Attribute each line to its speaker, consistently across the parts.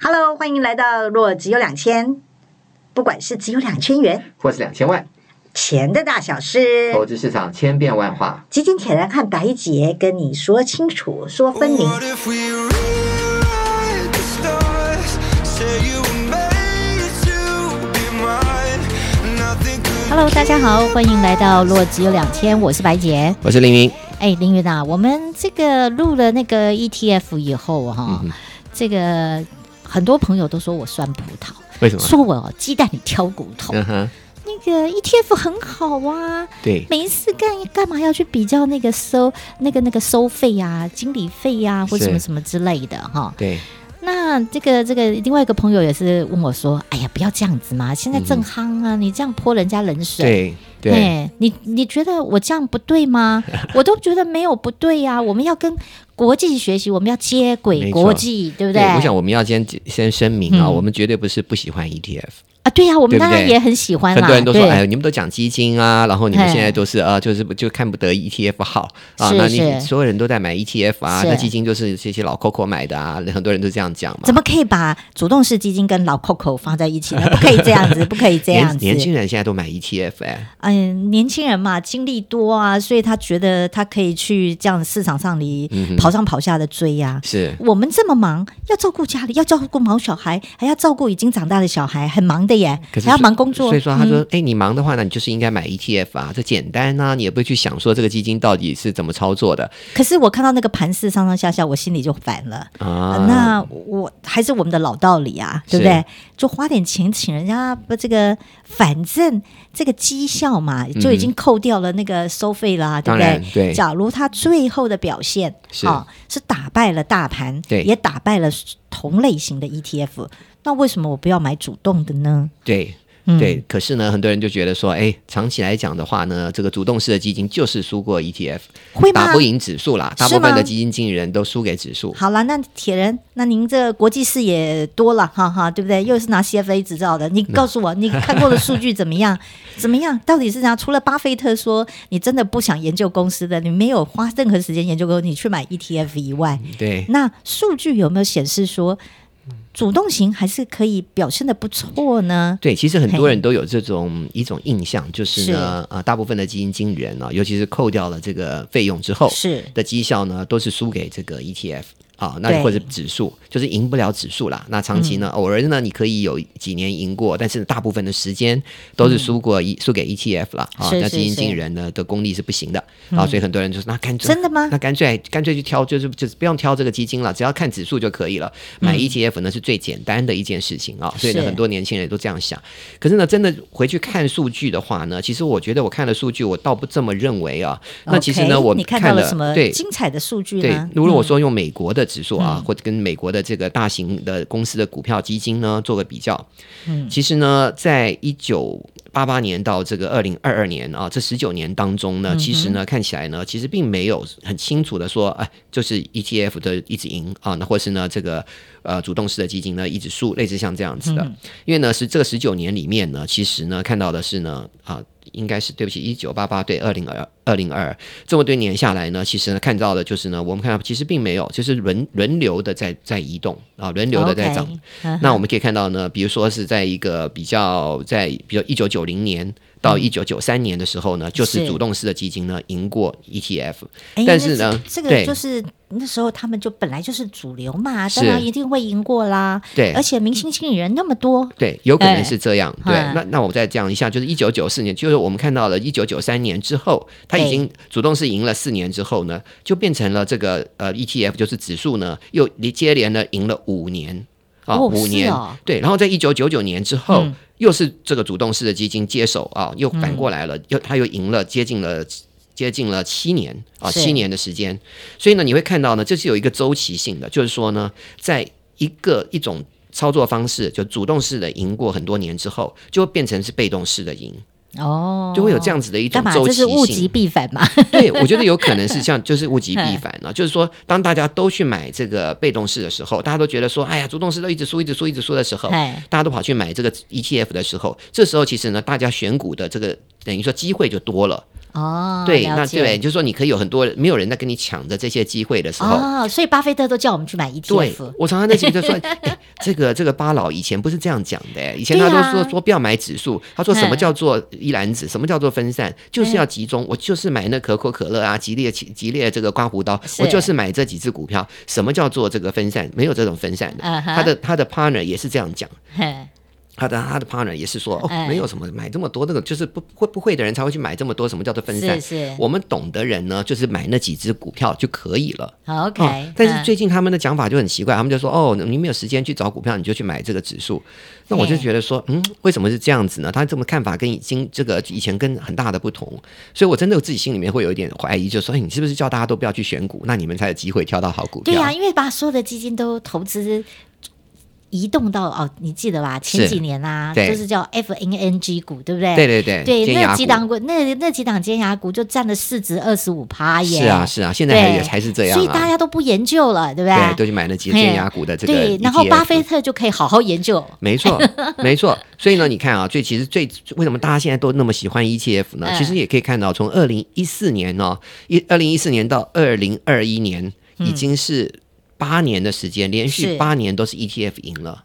Speaker 1: Hello，欢迎来到若只有两千，不管是只有两千元，
Speaker 2: 或是两千万，
Speaker 1: 钱的大小事，
Speaker 2: 投资市场千变万化。
Speaker 1: 基金铁人和白姐跟你说清楚，说分明。
Speaker 3: What if we rewrite the stars? Say you were made to be mine. Nothing could
Speaker 4: Hello，大家好，欢迎来到《洛只有两千》，我是白洁。
Speaker 2: 我是凌云，
Speaker 4: 哎，凌云啊，我们这个录了那个 ETF 以后啊哈、
Speaker 2: 嗯哼
Speaker 4: 这个很多朋友都说我酸葡萄，
Speaker 2: 为什么？
Speaker 4: 说我哦鸡蛋里挑骨头。
Speaker 2: 嗯哼，
Speaker 4: 那个 ETF 很好啊，
Speaker 2: 对，
Speaker 4: 每一次干干嘛要去比较那个收那个那个收费呀、经理费呀、或
Speaker 2: 是
Speaker 4: 什么什么之类的哈。
Speaker 2: 对，
Speaker 4: 那这个这个另外一个朋友也是问我说：“哎呀，不要这样子嘛，现在
Speaker 2: 嗯
Speaker 4: 正夯啊，你这样泼人家冷水。”
Speaker 2: 对，对，
Speaker 4: 哎你你觉得我这样不 对吗？我都觉得没有不对呀、我们要跟国际学习，我们要接轨
Speaker 2: 没错
Speaker 4: 国际，对不
Speaker 2: 对
Speaker 4: 对？
Speaker 2: 我想我们要先先声明啊，
Speaker 4: 嗯
Speaker 2: 我们绝对不是不喜欢 ETF。
Speaker 4: 啊，对呀、我
Speaker 2: 对
Speaker 4: 们
Speaker 2: 不
Speaker 4: 当然
Speaker 2: 对
Speaker 4: 也很喜欢啦。啊
Speaker 2: 很多人都说，
Speaker 4: 对
Speaker 2: 哎，你们都讲基金啊，然后你们
Speaker 4: 嘿
Speaker 2: 现在都是啊，就是就看不得 ETF 好啊，
Speaker 4: 是
Speaker 2: 那你
Speaker 4: 是
Speaker 2: 所有人都在买 ETF 啊，
Speaker 4: 是
Speaker 2: 那基金就是这些老 Coco 买的啊，很多人都这样讲嘛。
Speaker 4: 怎么可以把主动式基金跟老 Coco 放在一起呢？不可以这样子，不可以这样
Speaker 2: 年
Speaker 4: 子。
Speaker 2: 年轻人现在都买 ETF 哎，
Speaker 4: 嗯，年轻人嘛，精力多啊，所以他觉得他可以去这样市场上里
Speaker 2: 嗯哼
Speaker 4: 跑上跑下的追呀、
Speaker 2: 是
Speaker 4: 我们这么忙，要照顾家里，要照顾毛小孩，还要照顾已经长大的小孩，很忙的耶，
Speaker 2: 可是
Speaker 4: 还要
Speaker 2: 所
Speaker 4: 忙工作。
Speaker 2: 所以说，他
Speaker 4: 嗯
Speaker 2: 说：“哎、你忙的话呢，你就是应该买 ETF 啊，这简单啊，你也不会去想说这个基金到底是怎么操作的
Speaker 4: 可是我看到那个盘势上上下下，我心里就烦了。
Speaker 2: 啊。
Speaker 4: 那我还是我们的老道理啊，对不对？就花点钱请人家不这个，反正这个绩效嘛，就已经扣掉了那个收费啦，对
Speaker 2: 嗯当
Speaker 4: 不
Speaker 2: 然
Speaker 4: 对？
Speaker 2: 对
Speaker 4: 假如他最后的表现
Speaker 2: 是
Speaker 4: 啊、是打败了大盘，
Speaker 2: 对
Speaker 4: 也打败了同类型的 ETF，那为什么我不要买主动的呢？
Speaker 2: 对。”
Speaker 4: 嗯
Speaker 2: 对，可是呢，很多人就觉得说，哎，长期来讲的话呢，这个主动式的基金就是输过 ETF，
Speaker 4: 会吗
Speaker 2: 打不赢指数啦，
Speaker 4: 是
Speaker 2: 大
Speaker 4: 吗
Speaker 2: 部分的基金经理人都输给指数。
Speaker 4: 好啦，那铁人，那您这国际视野多了，哈哈，对不
Speaker 2: 嗯
Speaker 4: 对？又是拿 CFA 执照的，你告诉我，你看过的数据怎么样？怎么样？到底是怎样？除了巴菲特说你真的不想研究公司的，你没有花任何时间研究公司，你去买 ETF 以外，
Speaker 2: 对，
Speaker 4: 那数据有没有显示说主动型还是可以表现的不错呢？
Speaker 2: 对，其实很多
Speaker 4: 嘿
Speaker 2: 人都有这种一种印象，就是呢，呃，大部分的基金经理人呢、尤其是扣掉了这个费用之后，
Speaker 4: 是
Speaker 2: 的绩效呢，都是输给这个 ETF 啊，那
Speaker 4: 对嗯
Speaker 2: 或者指数，就是赢不了指数啦。那长期呢，偶尔呢，你可以有几年赢过，但是大部分的时间都是输过一、输给 ETF 啦。啊。
Speaker 4: 嗯是
Speaker 2: 那
Speaker 4: 是
Speaker 2: 基金
Speaker 4: 是
Speaker 2: 经理人呢的功力是不行的啊，所以很多人就说，那干脆
Speaker 4: 真的吗
Speaker 2: 那干脆干脆去挑，就是就是不用挑这个基金了，只要看指数就可以了。买 ETF 呢是最简单的一件事情啊，所以呢，
Speaker 4: 嗯是
Speaker 2: 很多年轻人都这样想。可是呢，真的回去看数据的话呢，其实我觉得我看了数据，我倒不这么认为啊。那其实呢，
Speaker 4: OK，
Speaker 2: 我
Speaker 4: 你看
Speaker 2: 看
Speaker 4: 到
Speaker 2: 了
Speaker 4: 了什么
Speaker 2: 对
Speaker 4: 精彩的数据
Speaker 2: 对
Speaker 4: 呢，？
Speaker 2: 如果我
Speaker 4: 嗯
Speaker 2: 说用美国的指数啊，或者跟美国的这个大型的公司的股票基金呢做个比较，
Speaker 4: 嗯
Speaker 2: 其实呢，在一九八八年到这个二零二二年啊，这十九年当中
Speaker 4: 嗯
Speaker 2: 呢，其实呢，看起来呢，其实并没有很清楚的说，哎，就是 ETF 的一直赢啊，那或是呢这个呃主动式的基金呢一直输，类似像这样子
Speaker 4: 嗯
Speaker 2: 的。因为呢是这个十九年里面呢，其实呢看到的是呢啊。应该是对不起，一九八八对二零二二零二这么多年下来呢，其实呢看到的就是呢，我们看到其实并没有，就是轮轮流的在在移动啊，轮流的在涨。
Speaker 4: OK，嗯
Speaker 2: 那我们可以看到呢，比如说是在一个比较在比如一九九零年到
Speaker 4: 嗯
Speaker 2: 一九九三年的时候呢，就是
Speaker 4: 是
Speaker 2: 主动式的基金呢赢过 E ETF，
Speaker 4: 哎
Speaker 2: 但
Speaker 4: 那
Speaker 2: 是
Speaker 4: 这
Speaker 2: 呢
Speaker 4: 这个
Speaker 2: 对
Speaker 4: 就是那时候他们就本来就是主流嘛，
Speaker 2: 是
Speaker 4: 当然一定会赢过啦。
Speaker 2: 对
Speaker 4: 而且明星经理人那么多，
Speaker 2: 对，有可能
Speaker 4: 哎
Speaker 2: 是这样。对，
Speaker 4: 嗯
Speaker 2: 那那我们再讲一下，就是一九九四年，就是我们看到了一九九三年之后，它已
Speaker 4: 对
Speaker 2: 经主动是赢了四年之后呢，就变成了这个呃 ETF，就是指数呢又连接连呢赢了五年啊，
Speaker 4: 哦
Speaker 2: 五、
Speaker 4: 是
Speaker 2: 年、
Speaker 4: 哦
Speaker 2: 对，然后在一九九九年之后。
Speaker 4: 嗯
Speaker 2: 又是这个主动式的基金接手啊，又反过来了，又它又赢了，接近了接近了七年啊，
Speaker 4: 是
Speaker 2: 七年的时间。所以呢，你会看到呢，这是有一个周期性的，就是说呢，在一个一种操作方式，就主动式的赢过很多年之后，就会变成是被动式的赢，
Speaker 4: 哦，
Speaker 2: 就会有这样子的一种
Speaker 4: 干嘛？
Speaker 2: 周
Speaker 4: 这
Speaker 2: 期
Speaker 4: 是物极
Speaker 2: 性。
Speaker 4: 必反嘛？
Speaker 2: 对，我觉得有可能是像就是物
Speaker 4: 嗯
Speaker 2: 极必反啊，就是说，当大家都去买这个被动式的时候，大家都觉得说，哎呀，主动式都一直输，一直输，一直输的时候，
Speaker 4: 哎，
Speaker 2: 大家都跑 E 去
Speaker 4: 哦，
Speaker 2: 对，
Speaker 4: 了
Speaker 2: 那
Speaker 4: 解
Speaker 2: 对，就是说你可以有很多没有人在跟你抢着这些机会的时候，
Speaker 4: 哦，所以巴菲特都叫我们去买 E
Speaker 2: 对
Speaker 4: ETF，，
Speaker 2: 我常常在心里就 说，哎这个这个巴老以前不是这样讲的，哎以前他
Speaker 4: 对
Speaker 2: 都
Speaker 4: 啊
Speaker 2: 说、说不要买指数，他说什么
Speaker 4: 嗯
Speaker 2: 叫做一篮子，什么叫做分散，就是要集中，我就是买那可口可乐啊，吉列吉列这个刮胡刀，
Speaker 4: 是
Speaker 2: 我就是买这几只股票，什么叫做这个分散？没有这种分散的，
Speaker 4: 嗯哼
Speaker 2: 他的他的 partner 也是这样讲。
Speaker 4: 嘿
Speaker 2: 他的他的 partner 也是说哦
Speaker 4: 哎，
Speaker 2: 没有什么买这么多，那个就是不会不会的人才会去买这么多，什么叫做分散？
Speaker 4: 是是
Speaker 2: 我们懂的人呢，就是买那几只股票就可以了。
Speaker 4: 好
Speaker 2: 哦
Speaker 4: ，OK，
Speaker 2: 但
Speaker 4: 嗯
Speaker 2: 是最近他们的讲法就很奇怪，他们就说哦，你没有时间去找股票，你就去买这个指数。那我就觉得说，嗯，为什么是这样子呢？他这么看法跟已经这个以前跟很大的不同，所以我真的自己心里面会有一点怀疑，就说、哎、你是不是叫大家都不要去选股，那你们才有机会挑到好股票？
Speaker 4: 对呀、因为把所有的基金都投资移动到哦，你记得吧？前
Speaker 2: 是
Speaker 4: 几年啊，
Speaker 2: 对
Speaker 4: 都是叫 FNNG 股，对不对？
Speaker 2: 对对对尖
Speaker 4: 那
Speaker 2: 牙
Speaker 4: 几
Speaker 2: 股
Speaker 4: 档股，那那几档尖牙股就占了市值二十五趴耶。
Speaker 2: 是啊是啊，现在还
Speaker 4: 对，
Speaker 2: 也还是这样
Speaker 4: 所以大
Speaker 2: 啊，
Speaker 4: 家都不研究了，对不
Speaker 2: 对，都
Speaker 4: 对？
Speaker 2: 去买那几
Speaker 4: 嘿
Speaker 2: 个尖牙股的这个 E ETF。
Speaker 4: 对，然后巴菲特就可以好好研究。
Speaker 2: 没错，没错。所以呢，你看啊，最其实最为什么大家现在都那么喜欢 ETF 呢？
Speaker 4: 嗯
Speaker 2: 其实也可以看到，从二零一四年哦，一二零一四年到二零二一年，已经是八年的时间，连
Speaker 4: 嗯是
Speaker 2: 续八年都是 ETF 赢了。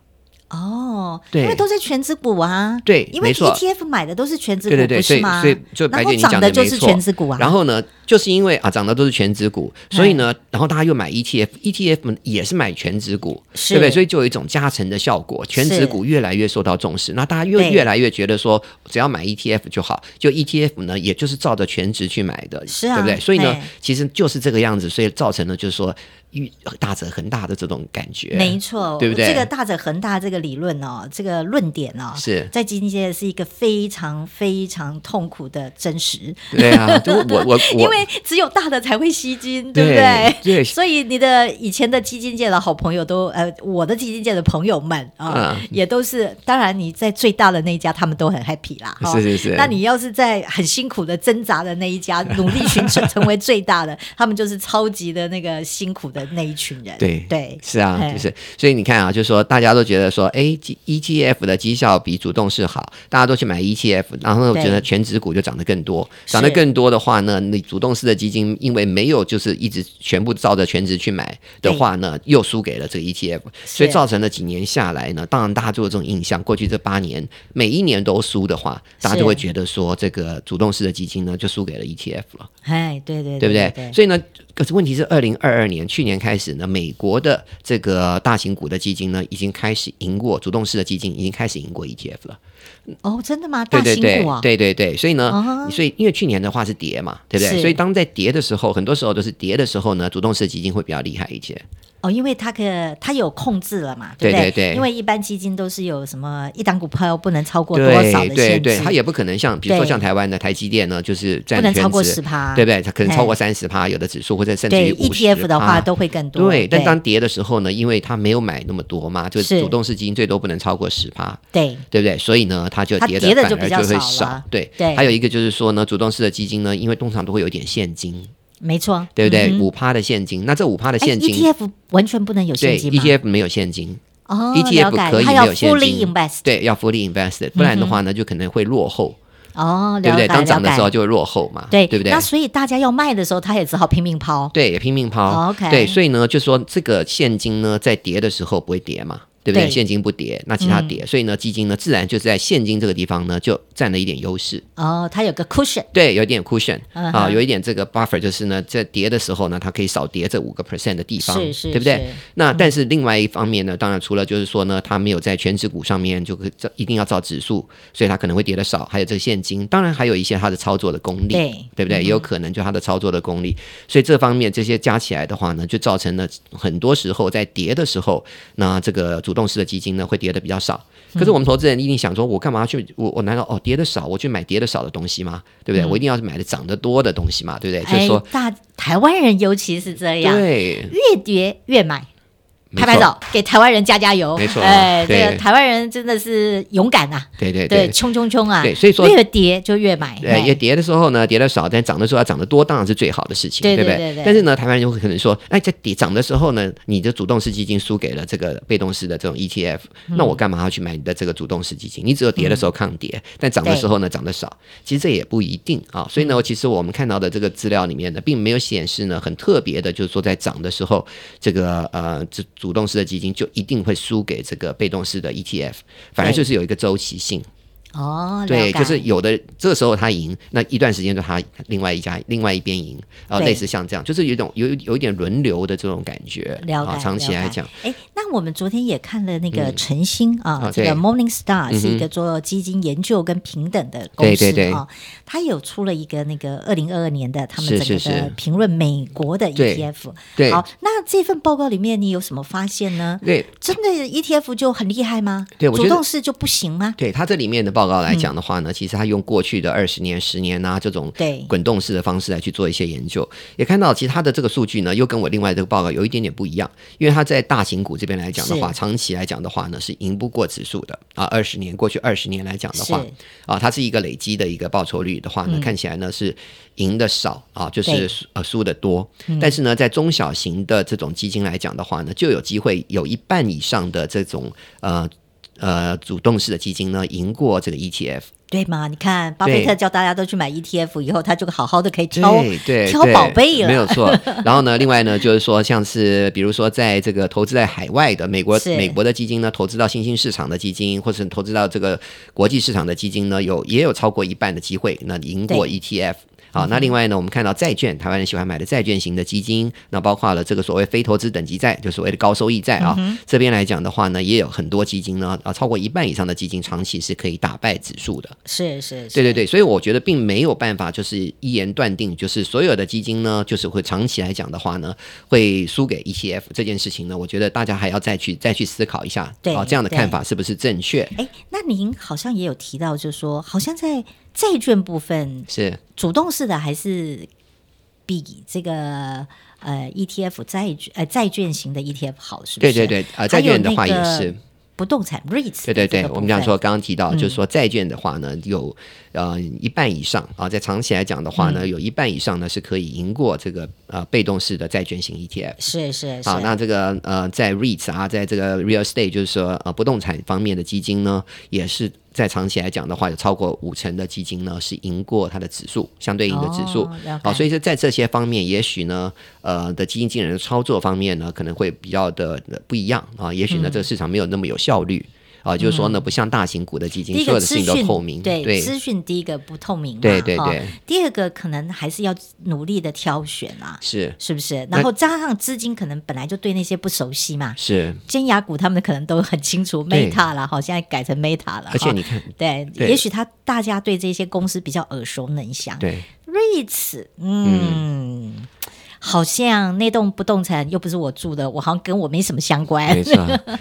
Speaker 4: 哦，
Speaker 2: 对
Speaker 4: 因为都是全资股啊，
Speaker 2: 对
Speaker 4: 因为
Speaker 2: 没错
Speaker 4: ETF 买的都是全资股，
Speaker 2: 对对对，
Speaker 4: 不
Speaker 2: 所
Speaker 4: 是
Speaker 2: 以
Speaker 4: 吗？
Speaker 2: 所以就白姐
Speaker 4: 然后
Speaker 2: 你
Speaker 4: 涨
Speaker 2: 讲
Speaker 4: 的就
Speaker 2: 没
Speaker 4: 是
Speaker 2: 错
Speaker 4: 全资股啊，哎
Speaker 2: 然后呢，就是因为啊涨的都是全值股，所以呢，然后大家又买 E ETF，ETF 们也是买全值股，
Speaker 4: 是
Speaker 2: 对不对？所以就有一种加成的效果，全值股越来越受到重视，那大家又
Speaker 4: 对
Speaker 2: 越来越觉得说，只要买 ETF 就好，就 ETF 呢，也就是照着全值去买的，
Speaker 4: 是啊
Speaker 2: 对不对？所以呢
Speaker 4: 对，
Speaker 2: 其实就是这个样子，所以造成了就是说一大者恒大的这种感觉，
Speaker 4: 没错，
Speaker 2: 对不对
Speaker 4: 这个大者恒大这个理论哦，这个论点哦，
Speaker 2: 是
Speaker 4: 在基金界是一个非常非常痛苦的真实，
Speaker 2: 对啊，就我我我，
Speaker 4: 因为只有大的才会吸金，
Speaker 2: 对
Speaker 4: 不对？
Speaker 2: 对
Speaker 4: 所以你的以前的基金界的好朋友都呃，我的基金界的朋友们啊，
Speaker 2: 嗯
Speaker 4: 也都是，当然你在最大的那一家，他们都很 happy 啦。哦
Speaker 2: 是是是
Speaker 4: 那你要是在很辛苦的挣扎的那一家，努力寻成成为最大 的，他们就是超级的那个辛苦的那一群人。
Speaker 2: 对
Speaker 4: 对，
Speaker 2: 是啊
Speaker 4: 嘿，
Speaker 2: 就是所以你看啊，就是说大家都觉得说，哎，G-，ETF 的绩效比主动式好，大家都去买 ETF，然后
Speaker 4: 对
Speaker 2: 觉得全指股就涨得更多，
Speaker 4: 是
Speaker 2: 涨得更多的话呢，你主动式的基金因为没有就是一直全部照着全值去买的话呢，又输给了这个 ETF，所以
Speaker 4: 是
Speaker 2: 造成了几年下来呢，当然大家就有这种印象，过去这八年每一年都输的话，大家
Speaker 4: 是
Speaker 2: 就会觉得说这个主动式的基金呢就输给了 ETF 了。
Speaker 4: 哎，对对
Speaker 2: 对不对？
Speaker 4: 对？
Speaker 2: 所以呢，可是问题是，二零二二年去年开始呢，美国的这个大型股的基金呢，已经开始赢过主动式的基金，已经开始赢过 ETF 了。
Speaker 4: 哦，真的吗？
Speaker 2: 对
Speaker 4: 大
Speaker 2: 对
Speaker 4: 辛
Speaker 2: 对
Speaker 4: 苦啊！
Speaker 2: 对对对，所以呢，
Speaker 4: 啊
Speaker 2: 所以因为去年的话是跌嘛，对不对？
Speaker 4: 是
Speaker 2: 所以当在跌的时候，很多时候都是跌的时候呢，主动式的基金会比较厉害一些。
Speaker 4: 哦，因为它可它有控制了嘛，
Speaker 2: 对
Speaker 4: 不对？
Speaker 2: 对对
Speaker 4: 因为一般基金都是有什么一档股票不能超过多少
Speaker 2: 对
Speaker 4: 的
Speaker 2: 对
Speaker 4: 限制
Speaker 2: 对，，它也不可能像比如说
Speaker 4: 对
Speaker 2: 像台湾的台积电呢，就是占
Speaker 4: 不能
Speaker 2: 全
Speaker 4: 超过
Speaker 2: 值
Speaker 4: 10%
Speaker 2: 对不对？它可能超过三十趴，有的指数或者甚至于
Speaker 4: 对
Speaker 2: 五
Speaker 4: ETF 的话都会更多。
Speaker 2: 对，但当跌的时候呢，因为它没有买那么多嘛，就是主动式基金最多不能超过十趴，
Speaker 4: 对
Speaker 2: 对不对？所以呢，它就
Speaker 4: 它
Speaker 2: 跌
Speaker 4: 跌得
Speaker 2: 的
Speaker 4: 就比较
Speaker 2: 就会
Speaker 4: 少了
Speaker 2: 对，
Speaker 4: 对
Speaker 2: 还有一个就是说呢，主动式的基金呢，因为通常都会有一点现金，
Speaker 4: 没错，
Speaker 2: 对不对？
Speaker 4: 嗯哼
Speaker 2: 五趴、的现金，那这五趴的
Speaker 4: 哎
Speaker 2: 现金，
Speaker 4: ETF 完全不能有现
Speaker 2: 对，E
Speaker 4: 金吗
Speaker 2: ETF 没有现金。
Speaker 4: 哦
Speaker 2: ETF E 可以
Speaker 4: 它
Speaker 2: 没
Speaker 4: 要
Speaker 2: 有现
Speaker 4: fully
Speaker 2: 金
Speaker 4: invest，
Speaker 2: 对，要 fully invested，不然的话呢，就可能会落后，
Speaker 4: 哦，
Speaker 2: 对
Speaker 4: 了
Speaker 2: 不对？
Speaker 4: 解
Speaker 2: 当涨的时候
Speaker 4: 了解，
Speaker 2: 就会落后嘛，
Speaker 4: 对
Speaker 2: 对不对
Speaker 4: 那？所以大家要卖的时候，他也只好拼命抛。
Speaker 2: 对，也拼命
Speaker 4: 哦
Speaker 2: 抛。
Speaker 4: ，OK
Speaker 2: 对，所以呢，就说这个现金呢，在跌的时候不会跌嘛，对不对？
Speaker 4: 对嗯
Speaker 2: 现金不跌，那其他跌，所以呢，基金呢，自然就在现金这个地方呢，就占了一点优势。
Speaker 4: 哦，它有个 cushion，
Speaker 2: 对，有一点 cushion
Speaker 4: 嗯
Speaker 2: 啊，
Speaker 4: 哼
Speaker 2: 有一点这个 buffer，就是呢，在跌的时候呢，它可以少跌这五个 percent 的地方，
Speaker 4: 是是
Speaker 2: 对不对
Speaker 4: 是？
Speaker 2: 那但是另外一方面呢，当然除了就是说呢，它没有在全指股上面就可这一定要照指数，所以它可能会跌得少，还有这个现金，当然还有一些它的操作的功力，
Speaker 4: 对
Speaker 2: 不
Speaker 4: 嗯
Speaker 2: 对？也有可能就它的操作的功力，所以这方面这些加起来的话呢，就造成了很多时候在跌的时候，那这个主动式的基金呢会跌得比较少。
Speaker 4: 嗯
Speaker 2: 可是我们投资人一定想说，我干嘛去？我我难道哦跌得少，我去买跌得少的东西吗？对
Speaker 4: 嗯
Speaker 2: 不对？我一定要买的涨得多的东西嘛，对不对？所以
Speaker 4: 哎
Speaker 2: 说，，
Speaker 4: 大台湾人尤其是这样，
Speaker 2: 对
Speaker 4: 越跌越买。
Speaker 2: 没
Speaker 4: 拍拍
Speaker 2: 错
Speaker 4: 手，给台湾人加加油。
Speaker 2: 没错
Speaker 4: 哎，这个
Speaker 2: 对
Speaker 4: 台湾人真的是勇敢呐，
Speaker 2: 对对
Speaker 4: 对，冲冲冲啊！
Speaker 2: 对所以说
Speaker 4: 越跌就越买，
Speaker 2: 对，也跌的时候呢，跌的少，但涨的时候要涨得多，当然是最好的事情，
Speaker 4: 对
Speaker 2: 不
Speaker 4: 对对对
Speaker 2: 但是呢，台湾人有可能说，哎，在跌涨的时候呢，你的主动式基金输给了这个被动式的这种 ETF，、那
Speaker 4: 嗯
Speaker 2: 我干嘛要去买你的这个主动式基金？你只有跌的时候抗跌，
Speaker 4: 嗯
Speaker 2: 但涨的时候呢，涨得少，其实这也不一定啊。所以呢，其实我们看到的这个资料里面呢，并没有显示呢很特别的，就是说在涨的时候，这个呃这主动式的基金就一定会输给这个被动式的 ETF，反而
Speaker 4: 对
Speaker 2: 就是有一个周期性。
Speaker 4: 哦，了
Speaker 2: 对，
Speaker 4: 解
Speaker 2: 就是有的这个时候他赢，那一段时间就他另外一家另外一边赢，然后
Speaker 4: 对
Speaker 2: 类似像这样，就是有一种有有一点轮流的这种感觉
Speaker 4: 了
Speaker 2: 啊
Speaker 4: 解，
Speaker 2: 长期
Speaker 4: 了
Speaker 2: 来
Speaker 4: 解
Speaker 2: 讲，，
Speaker 4: 哎，那我们昨天也看了那个
Speaker 2: 嗯
Speaker 4: 晨星啊
Speaker 2: 啊，
Speaker 4: 这个
Speaker 2: 对
Speaker 4: Morning Star 是一
Speaker 2: 嗯
Speaker 4: 个
Speaker 2: 哼
Speaker 4: 做基金研究跟平等的公
Speaker 2: 对
Speaker 4: 司
Speaker 2: 对对
Speaker 4: 啊，它有出了一个那个二零二二年的他们
Speaker 2: 是
Speaker 4: 整个
Speaker 2: 是
Speaker 4: 的
Speaker 2: 是
Speaker 4: 评论美国的
Speaker 2: 对
Speaker 4: ETF。
Speaker 2: 对
Speaker 4: 好，那这份报告里面你有什么发现呢？
Speaker 2: 对。
Speaker 4: 真的 ETF 就很厉害吗？
Speaker 2: 对我觉
Speaker 4: 主
Speaker 2: 得
Speaker 4: 动式就不行吗？
Speaker 2: 对它这里面的报告来讲的话呢，其实它用过去的二十年、十年啊这种
Speaker 4: 嗯对
Speaker 2: 滚动式的方式来去做一些研究，也看到其实它的这个数据呢，又跟我另外这个报告有一点点不一样，因为它在大型股这边来讲的话，
Speaker 4: 是
Speaker 2: 长期来讲的话呢，是赢不过指数的啊。二十年过去二十年来讲的话
Speaker 4: 是，
Speaker 2: 啊，它是一个累积的一个报酬率的话呢，看起来呢是赢的少啊，就
Speaker 4: 对
Speaker 2: 是输呃输的多。但是呢，在中小型的这种基金来讲的话呢，就有机会有一半以上的这种呃。呃，主动式的基金呢，赢过这个 E ETF，
Speaker 4: 对吗？你看，巴菲特
Speaker 2: 对
Speaker 4: 叫大家都去买 ETF 以后，他就好好的可以挑
Speaker 2: 对对
Speaker 4: 挑
Speaker 2: 对
Speaker 4: 宝贝了。
Speaker 2: 没有 错。然后呢，另外呢，就是说，像是比如说，在这个投资在海外的美国
Speaker 4: 是
Speaker 2: 美国的基金呢，投资到新兴市场的基金，或是投资到这个国际市场的基金呢，有也有超过一半的机会，那赢过
Speaker 4: 对嗯
Speaker 2: ETF。好，那另外呢，我们看到债券，台湾人喜欢买的债券型的基金，那包括了这个所谓非投资等级债，就所谓的高收益债啊。
Speaker 4: 嗯
Speaker 2: 这边来讲的话呢，也有很多基金呢，啊，超过一半以上的基金长期是可以打败指数的。
Speaker 4: 是是是，
Speaker 2: 对对对，所以我觉得并没有办法就是一言断定，就是所有的基金呢，就是会长期来讲的话呢，会输给 ETF 这件事情呢，我觉得大家还要再去再去思考一下，
Speaker 4: 对
Speaker 2: 啊，这样的
Speaker 4: 对
Speaker 2: 看法是不是正确？
Speaker 4: 哎，那您好像也有提到，就是说，好像在债券部分，
Speaker 2: 是
Speaker 4: 主动式的还是比这个呃 ETF 债券呃债券型的 ETF 好，是不
Speaker 2: 对
Speaker 4: 是？
Speaker 2: 对对，啊，
Speaker 4: 还
Speaker 2: 债
Speaker 4: 有
Speaker 2: 券的话也
Speaker 4: 那个
Speaker 2: 是。
Speaker 4: 不动产 REITs，
Speaker 2: 对对
Speaker 4: 的这
Speaker 2: 对，
Speaker 4: 个部
Speaker 2: 我们这样
Speaker 4: 分嗯
Speaker 2: 说，刚刚提到，就是说债券的话呢，有呃一半以上啊，在长期来讲的话
Speaker 4: 嗯
Speaker 2: 呢，有一半以上呢是可以赢过这个呃被动式的债券型 E ETF。
Speaker 4: 是是是，
Speaker 2: 好，那这个呃，在 REITs 啊，在这个 real estate，就是说呃不动产方面的基金呢，也是在长期来讲的话，有超过五成的基金呢是赢过它的指数，相对应的指数。
Speaker 4: 哦了解
Speaker 2: 好，所以说在这些方面，也许呢，呃的基金经理人的操作方面呢，可能会比较的呃不一样啊，也许
Speaker 4: 嗯
Speaker 2: 呢、这个市场没有那么有效率。啊，就是说呢，不像大型股的基金，
Speaker 4: 第一
Speaker 2: 所有
Speaker 4: 个
Speaker 2: 的事
Speaker 4: 资
Speaker 2: 情都
Speaker 4: 讯
Speaker 2: 透明，
Speaker 4: 对
Speaker 2: 对
Speaker 4: 资讯第一个不透明嘛，
Speaker 2: 对对
Speaker 4: 哈
Speaker 2: 对
Speaker 4: 第二个可能还是要努力的挑选啊，
Speaker 2: 是
Speaker 4: 是不是？
Speaker 2: 那
Speaker 4: 然后加上资金可能本来就对那些不熟悉嘛，
Speaker 2: 是，
Speaker 4: 尖牙股他们可能都很清楚
Speaker 2: 对
Speaker 4: Meta 啦，好，现在改成 Meta 了，
Speaker 2: 而且
Speaker 4: 哈
Speaker 2: 你看，
Speaker 4: 对，
Speaker 2: 对
Speaker 4: 也许他大家对这些公司比较耳熟能详。
Speaker 2: 对
Speaker 4: REITs，嗯，好像那栋不动产又不是我住的，我好像跟我没什么相关
Speaker 2: 没。错，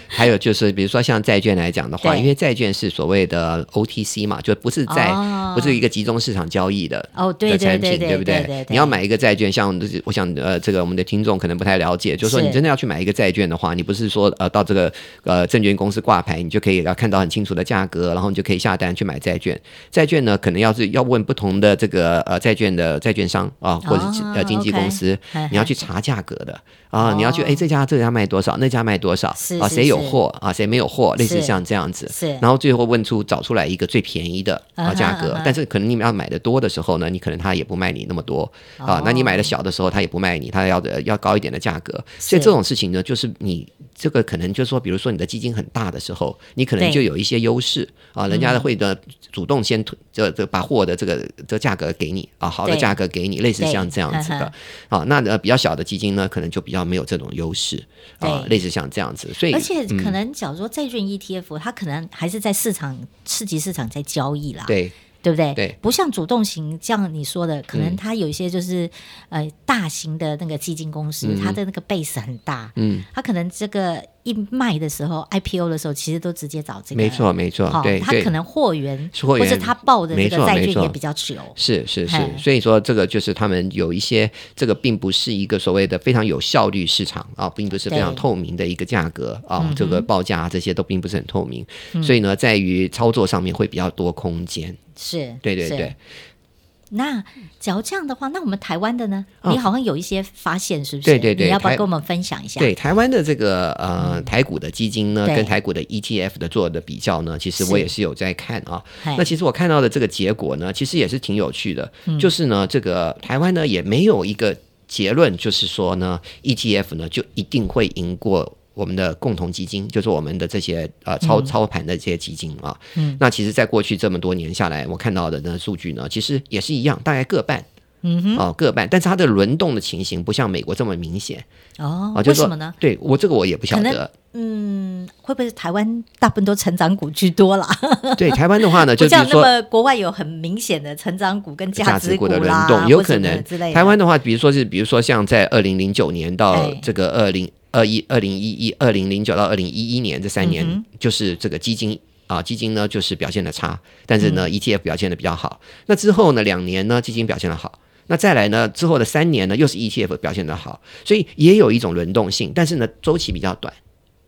Speaker 2: 还有就是，比如说像债券来讲的话，
Speaker 4: 对
Speaker 2: 因为债券是所谓的 OTC 嘛，就不是在、
Speaker 4: 哦
Speaker 2: 不是一个集中市场交易的
Speaker 4: 哦对
Speaker 2: 的
Speaker 4: 对
Speaker 2: 产
Speaker 4: 对
Speaker 2: 品，
Speaker 4: 对
Speaker 2: 不
Speaker 4: 对对对
Speaker 2: 你要买一个债券，像我想呃，这个我们的听众可能不太了解，就是说
Speaker 4: 是
Speaker 2: 你真的要去买一个债券的话，你不是说呃到这个呃证券公司挂牌，你就可以要看到很清楚的价格，然后你就可以下单去买债券。债券呢，可能要是要问不同的这个呃债券的债券商啊、或者是、
Speaker 4: 哦
Speaker 2: 呃经纪公
Speaker 4: OK
Speaker 2: 司，
Speaker 4: 嘿嘿
Speaker 2: 你要去查价格的啊、你要去
Speaker 4: 哦
Speaker 2: 哎这家这家卖多少，那家卖多少。
Speaker 4: 是
Speaker 2: 啊，
Speaker 4: 是
Speaker 2: 谁有
Speaker 4: 是
Speaker 2: 货啊，谁没有货，类似
Speaker 4: 是
Speaker 2: 像这样子，
Speaker 4: 是
Speaker 2: 然后最后问出找出来一个最便宜的
Speaker 4: 嗯
Speaker 2: 啊
Speaker 4: 哼
Speaker 2: 价格
Speaker 4: 嗯哼
Speaker 2: 但是可能你们要买的多的时候呢，你可能他也不卖你那么多啊
Speaker 4: 哦
Speaker 2: 那你买的小的时候他也不卖你，他要的要高一点的价格，所以
Speaker 4: 是
Speaker 2: 这种事情呢，就是你这个可能就是说，比如说你的基金很大的时候，你可能
Speaker 4: 对嗯
Speaker 2: 就有一些优势啊，人家会的主动先推这这把货的这个这个价格给你啊，好的
Speaker 4: 对
Speaker 2: 价格给你，类似
Speaker 4: 对
Speaker 2: 像这样子
Speaker 4: 嗯
Speaker 2: 的啊，那呃比较小的基金呢，可能就比较没有这种优势啊，
Speaker 4: 对
Speaker 2: 类似像这样子，所以
Speaker 4: 而且可能，假如说债券 ETF，它可能还是在市场市级市场在交易啦，
Speaker 2: 嗯对
Speaker 4: 对不对？
Speaker 2: 对
Speaker 4: 不像主动型，像你说的，可能
Speaker 2: 嗯
Speaker 4: 它有一些就是、呃大型的那个基金公司，它的那个 base 很大，
Speaker 2: 嗯。
Speaker 4: 它可能这个一卖的时候，IPO 的时候，其实都直接找这个，
Speaker 2: 没错，没错
Speaker 4: 好，，
Speaker 2: 对
Speaker 4: 他
Speaker 2: 对
Speaker 4: 可。能货源，
Speaker 2: 是货源
Speaker 4: 或者他报的这
Speaker 2: 没
Speaker 4: 个
Speaker 2: 错
Speaker 4: 债
Speaker 2: 没
Speaker 4: 券
Speaker 2: 错
Speaker 4: 也比较久，
Speaker 2: 是是是
Speaker 4: 嘿，
Speaker 2: 所以说这个就是他们有一些这个并不是一个所谓的非常有效率市场啊，并不是非常
Speaker 4: 对嗯
Speaker 2: 透明的一个价格啊，这个报价啊这些都并不是很透明，所以呢，在于操作上面会比较多空间。
Speaker 4: 是，
Speaker 2: 对对
Speaker 4: 是
Speaker 2: 对。，
Speaker 4: 那只要这样的话，那我们台湾的呢？
Speaker 2: 哦
Speaker 4: 你好像有一些发现，是不是？
Speaker 2: 对对对
Speaker 4: 你要不要
Speaker 2: 台
Speaker 4: 跟我们分享一下？
Speaker 2: 对台湾的这个呃台股的基金呢，
Speaker 4: 嗯对
Speaker 2: 跟台股的 ETF 的做的比较呢，其实
Speaker 4: 是
Speaker 2: 我也是有在看啊。
Speaker 4: 嘿，
Speaker 2: 那其实我看到的这个结果呢，其实也是挺有趣的，
Speaker 4: 嗯
Speaker 2: 就是呢，这个台湾呢也没有一个结论，就是说呢，ETF 呢就一定会赢过。我们的共同基金就是我们的这些呃
Speaker 4: 嗯
Speaker 2: 操操盘的这些基金啊，嗯、那其实，在过去这么多年下来，我看到的呢数据呢，其实也是一样，大概各半，嗯哼，哦各半，但是它的轮动的情形不像美国这么明显，
Speaker 4: 哦，
Speaker 2: 啊，就
Speaker 4: 为
Speaker 2: 是
Speaker 4: 什
Speaker 2: 说
Speaker 4: 么呢？？
Speaker 2: 对我这个我也不晓
Speaker 4: 可能
Speaker 2: 得。
Speaker 4: 嗯，会不会是台湾大部分都成长股居多啦？
Speaker 2: 对台湾的话呢，
Speaker 4: 不
Speaker 2: 呃就比如
Speaker 4: 像那
Speaker 2: 说
Speaker 4: 么国外有很明显的成长股跟
Speaker 2: 价
Speaker 4: 值
Speaker 2: 值股的轮
Speaker 4: 啦，
Speaker 2: 动，有
Speaker 4: 或
Speaker 2: 可
Speaker 4: 什么
Speaker 2: 能
Speaker 4: 之类的。
Speaker 2: 台湾的话，比如说是比如说像在二零零九年到
Speaker 4: 哎
Speaker 2: 这个二零二一、二零一一、二零零九到二零一一年这三年，
Speaker 4: 嗯
Speaker 2: 就是这个基金。啊，基金呢就是表现的差，但是
Speaker 4: 嗯
Speaker 2: 呢、ETF 表现的比较好。那之后呢，两年呢基金表现的好，那再来呢之后的三年呢又是 ETF 表现的好，所以也有一种轮动性，但是呢周期比较短。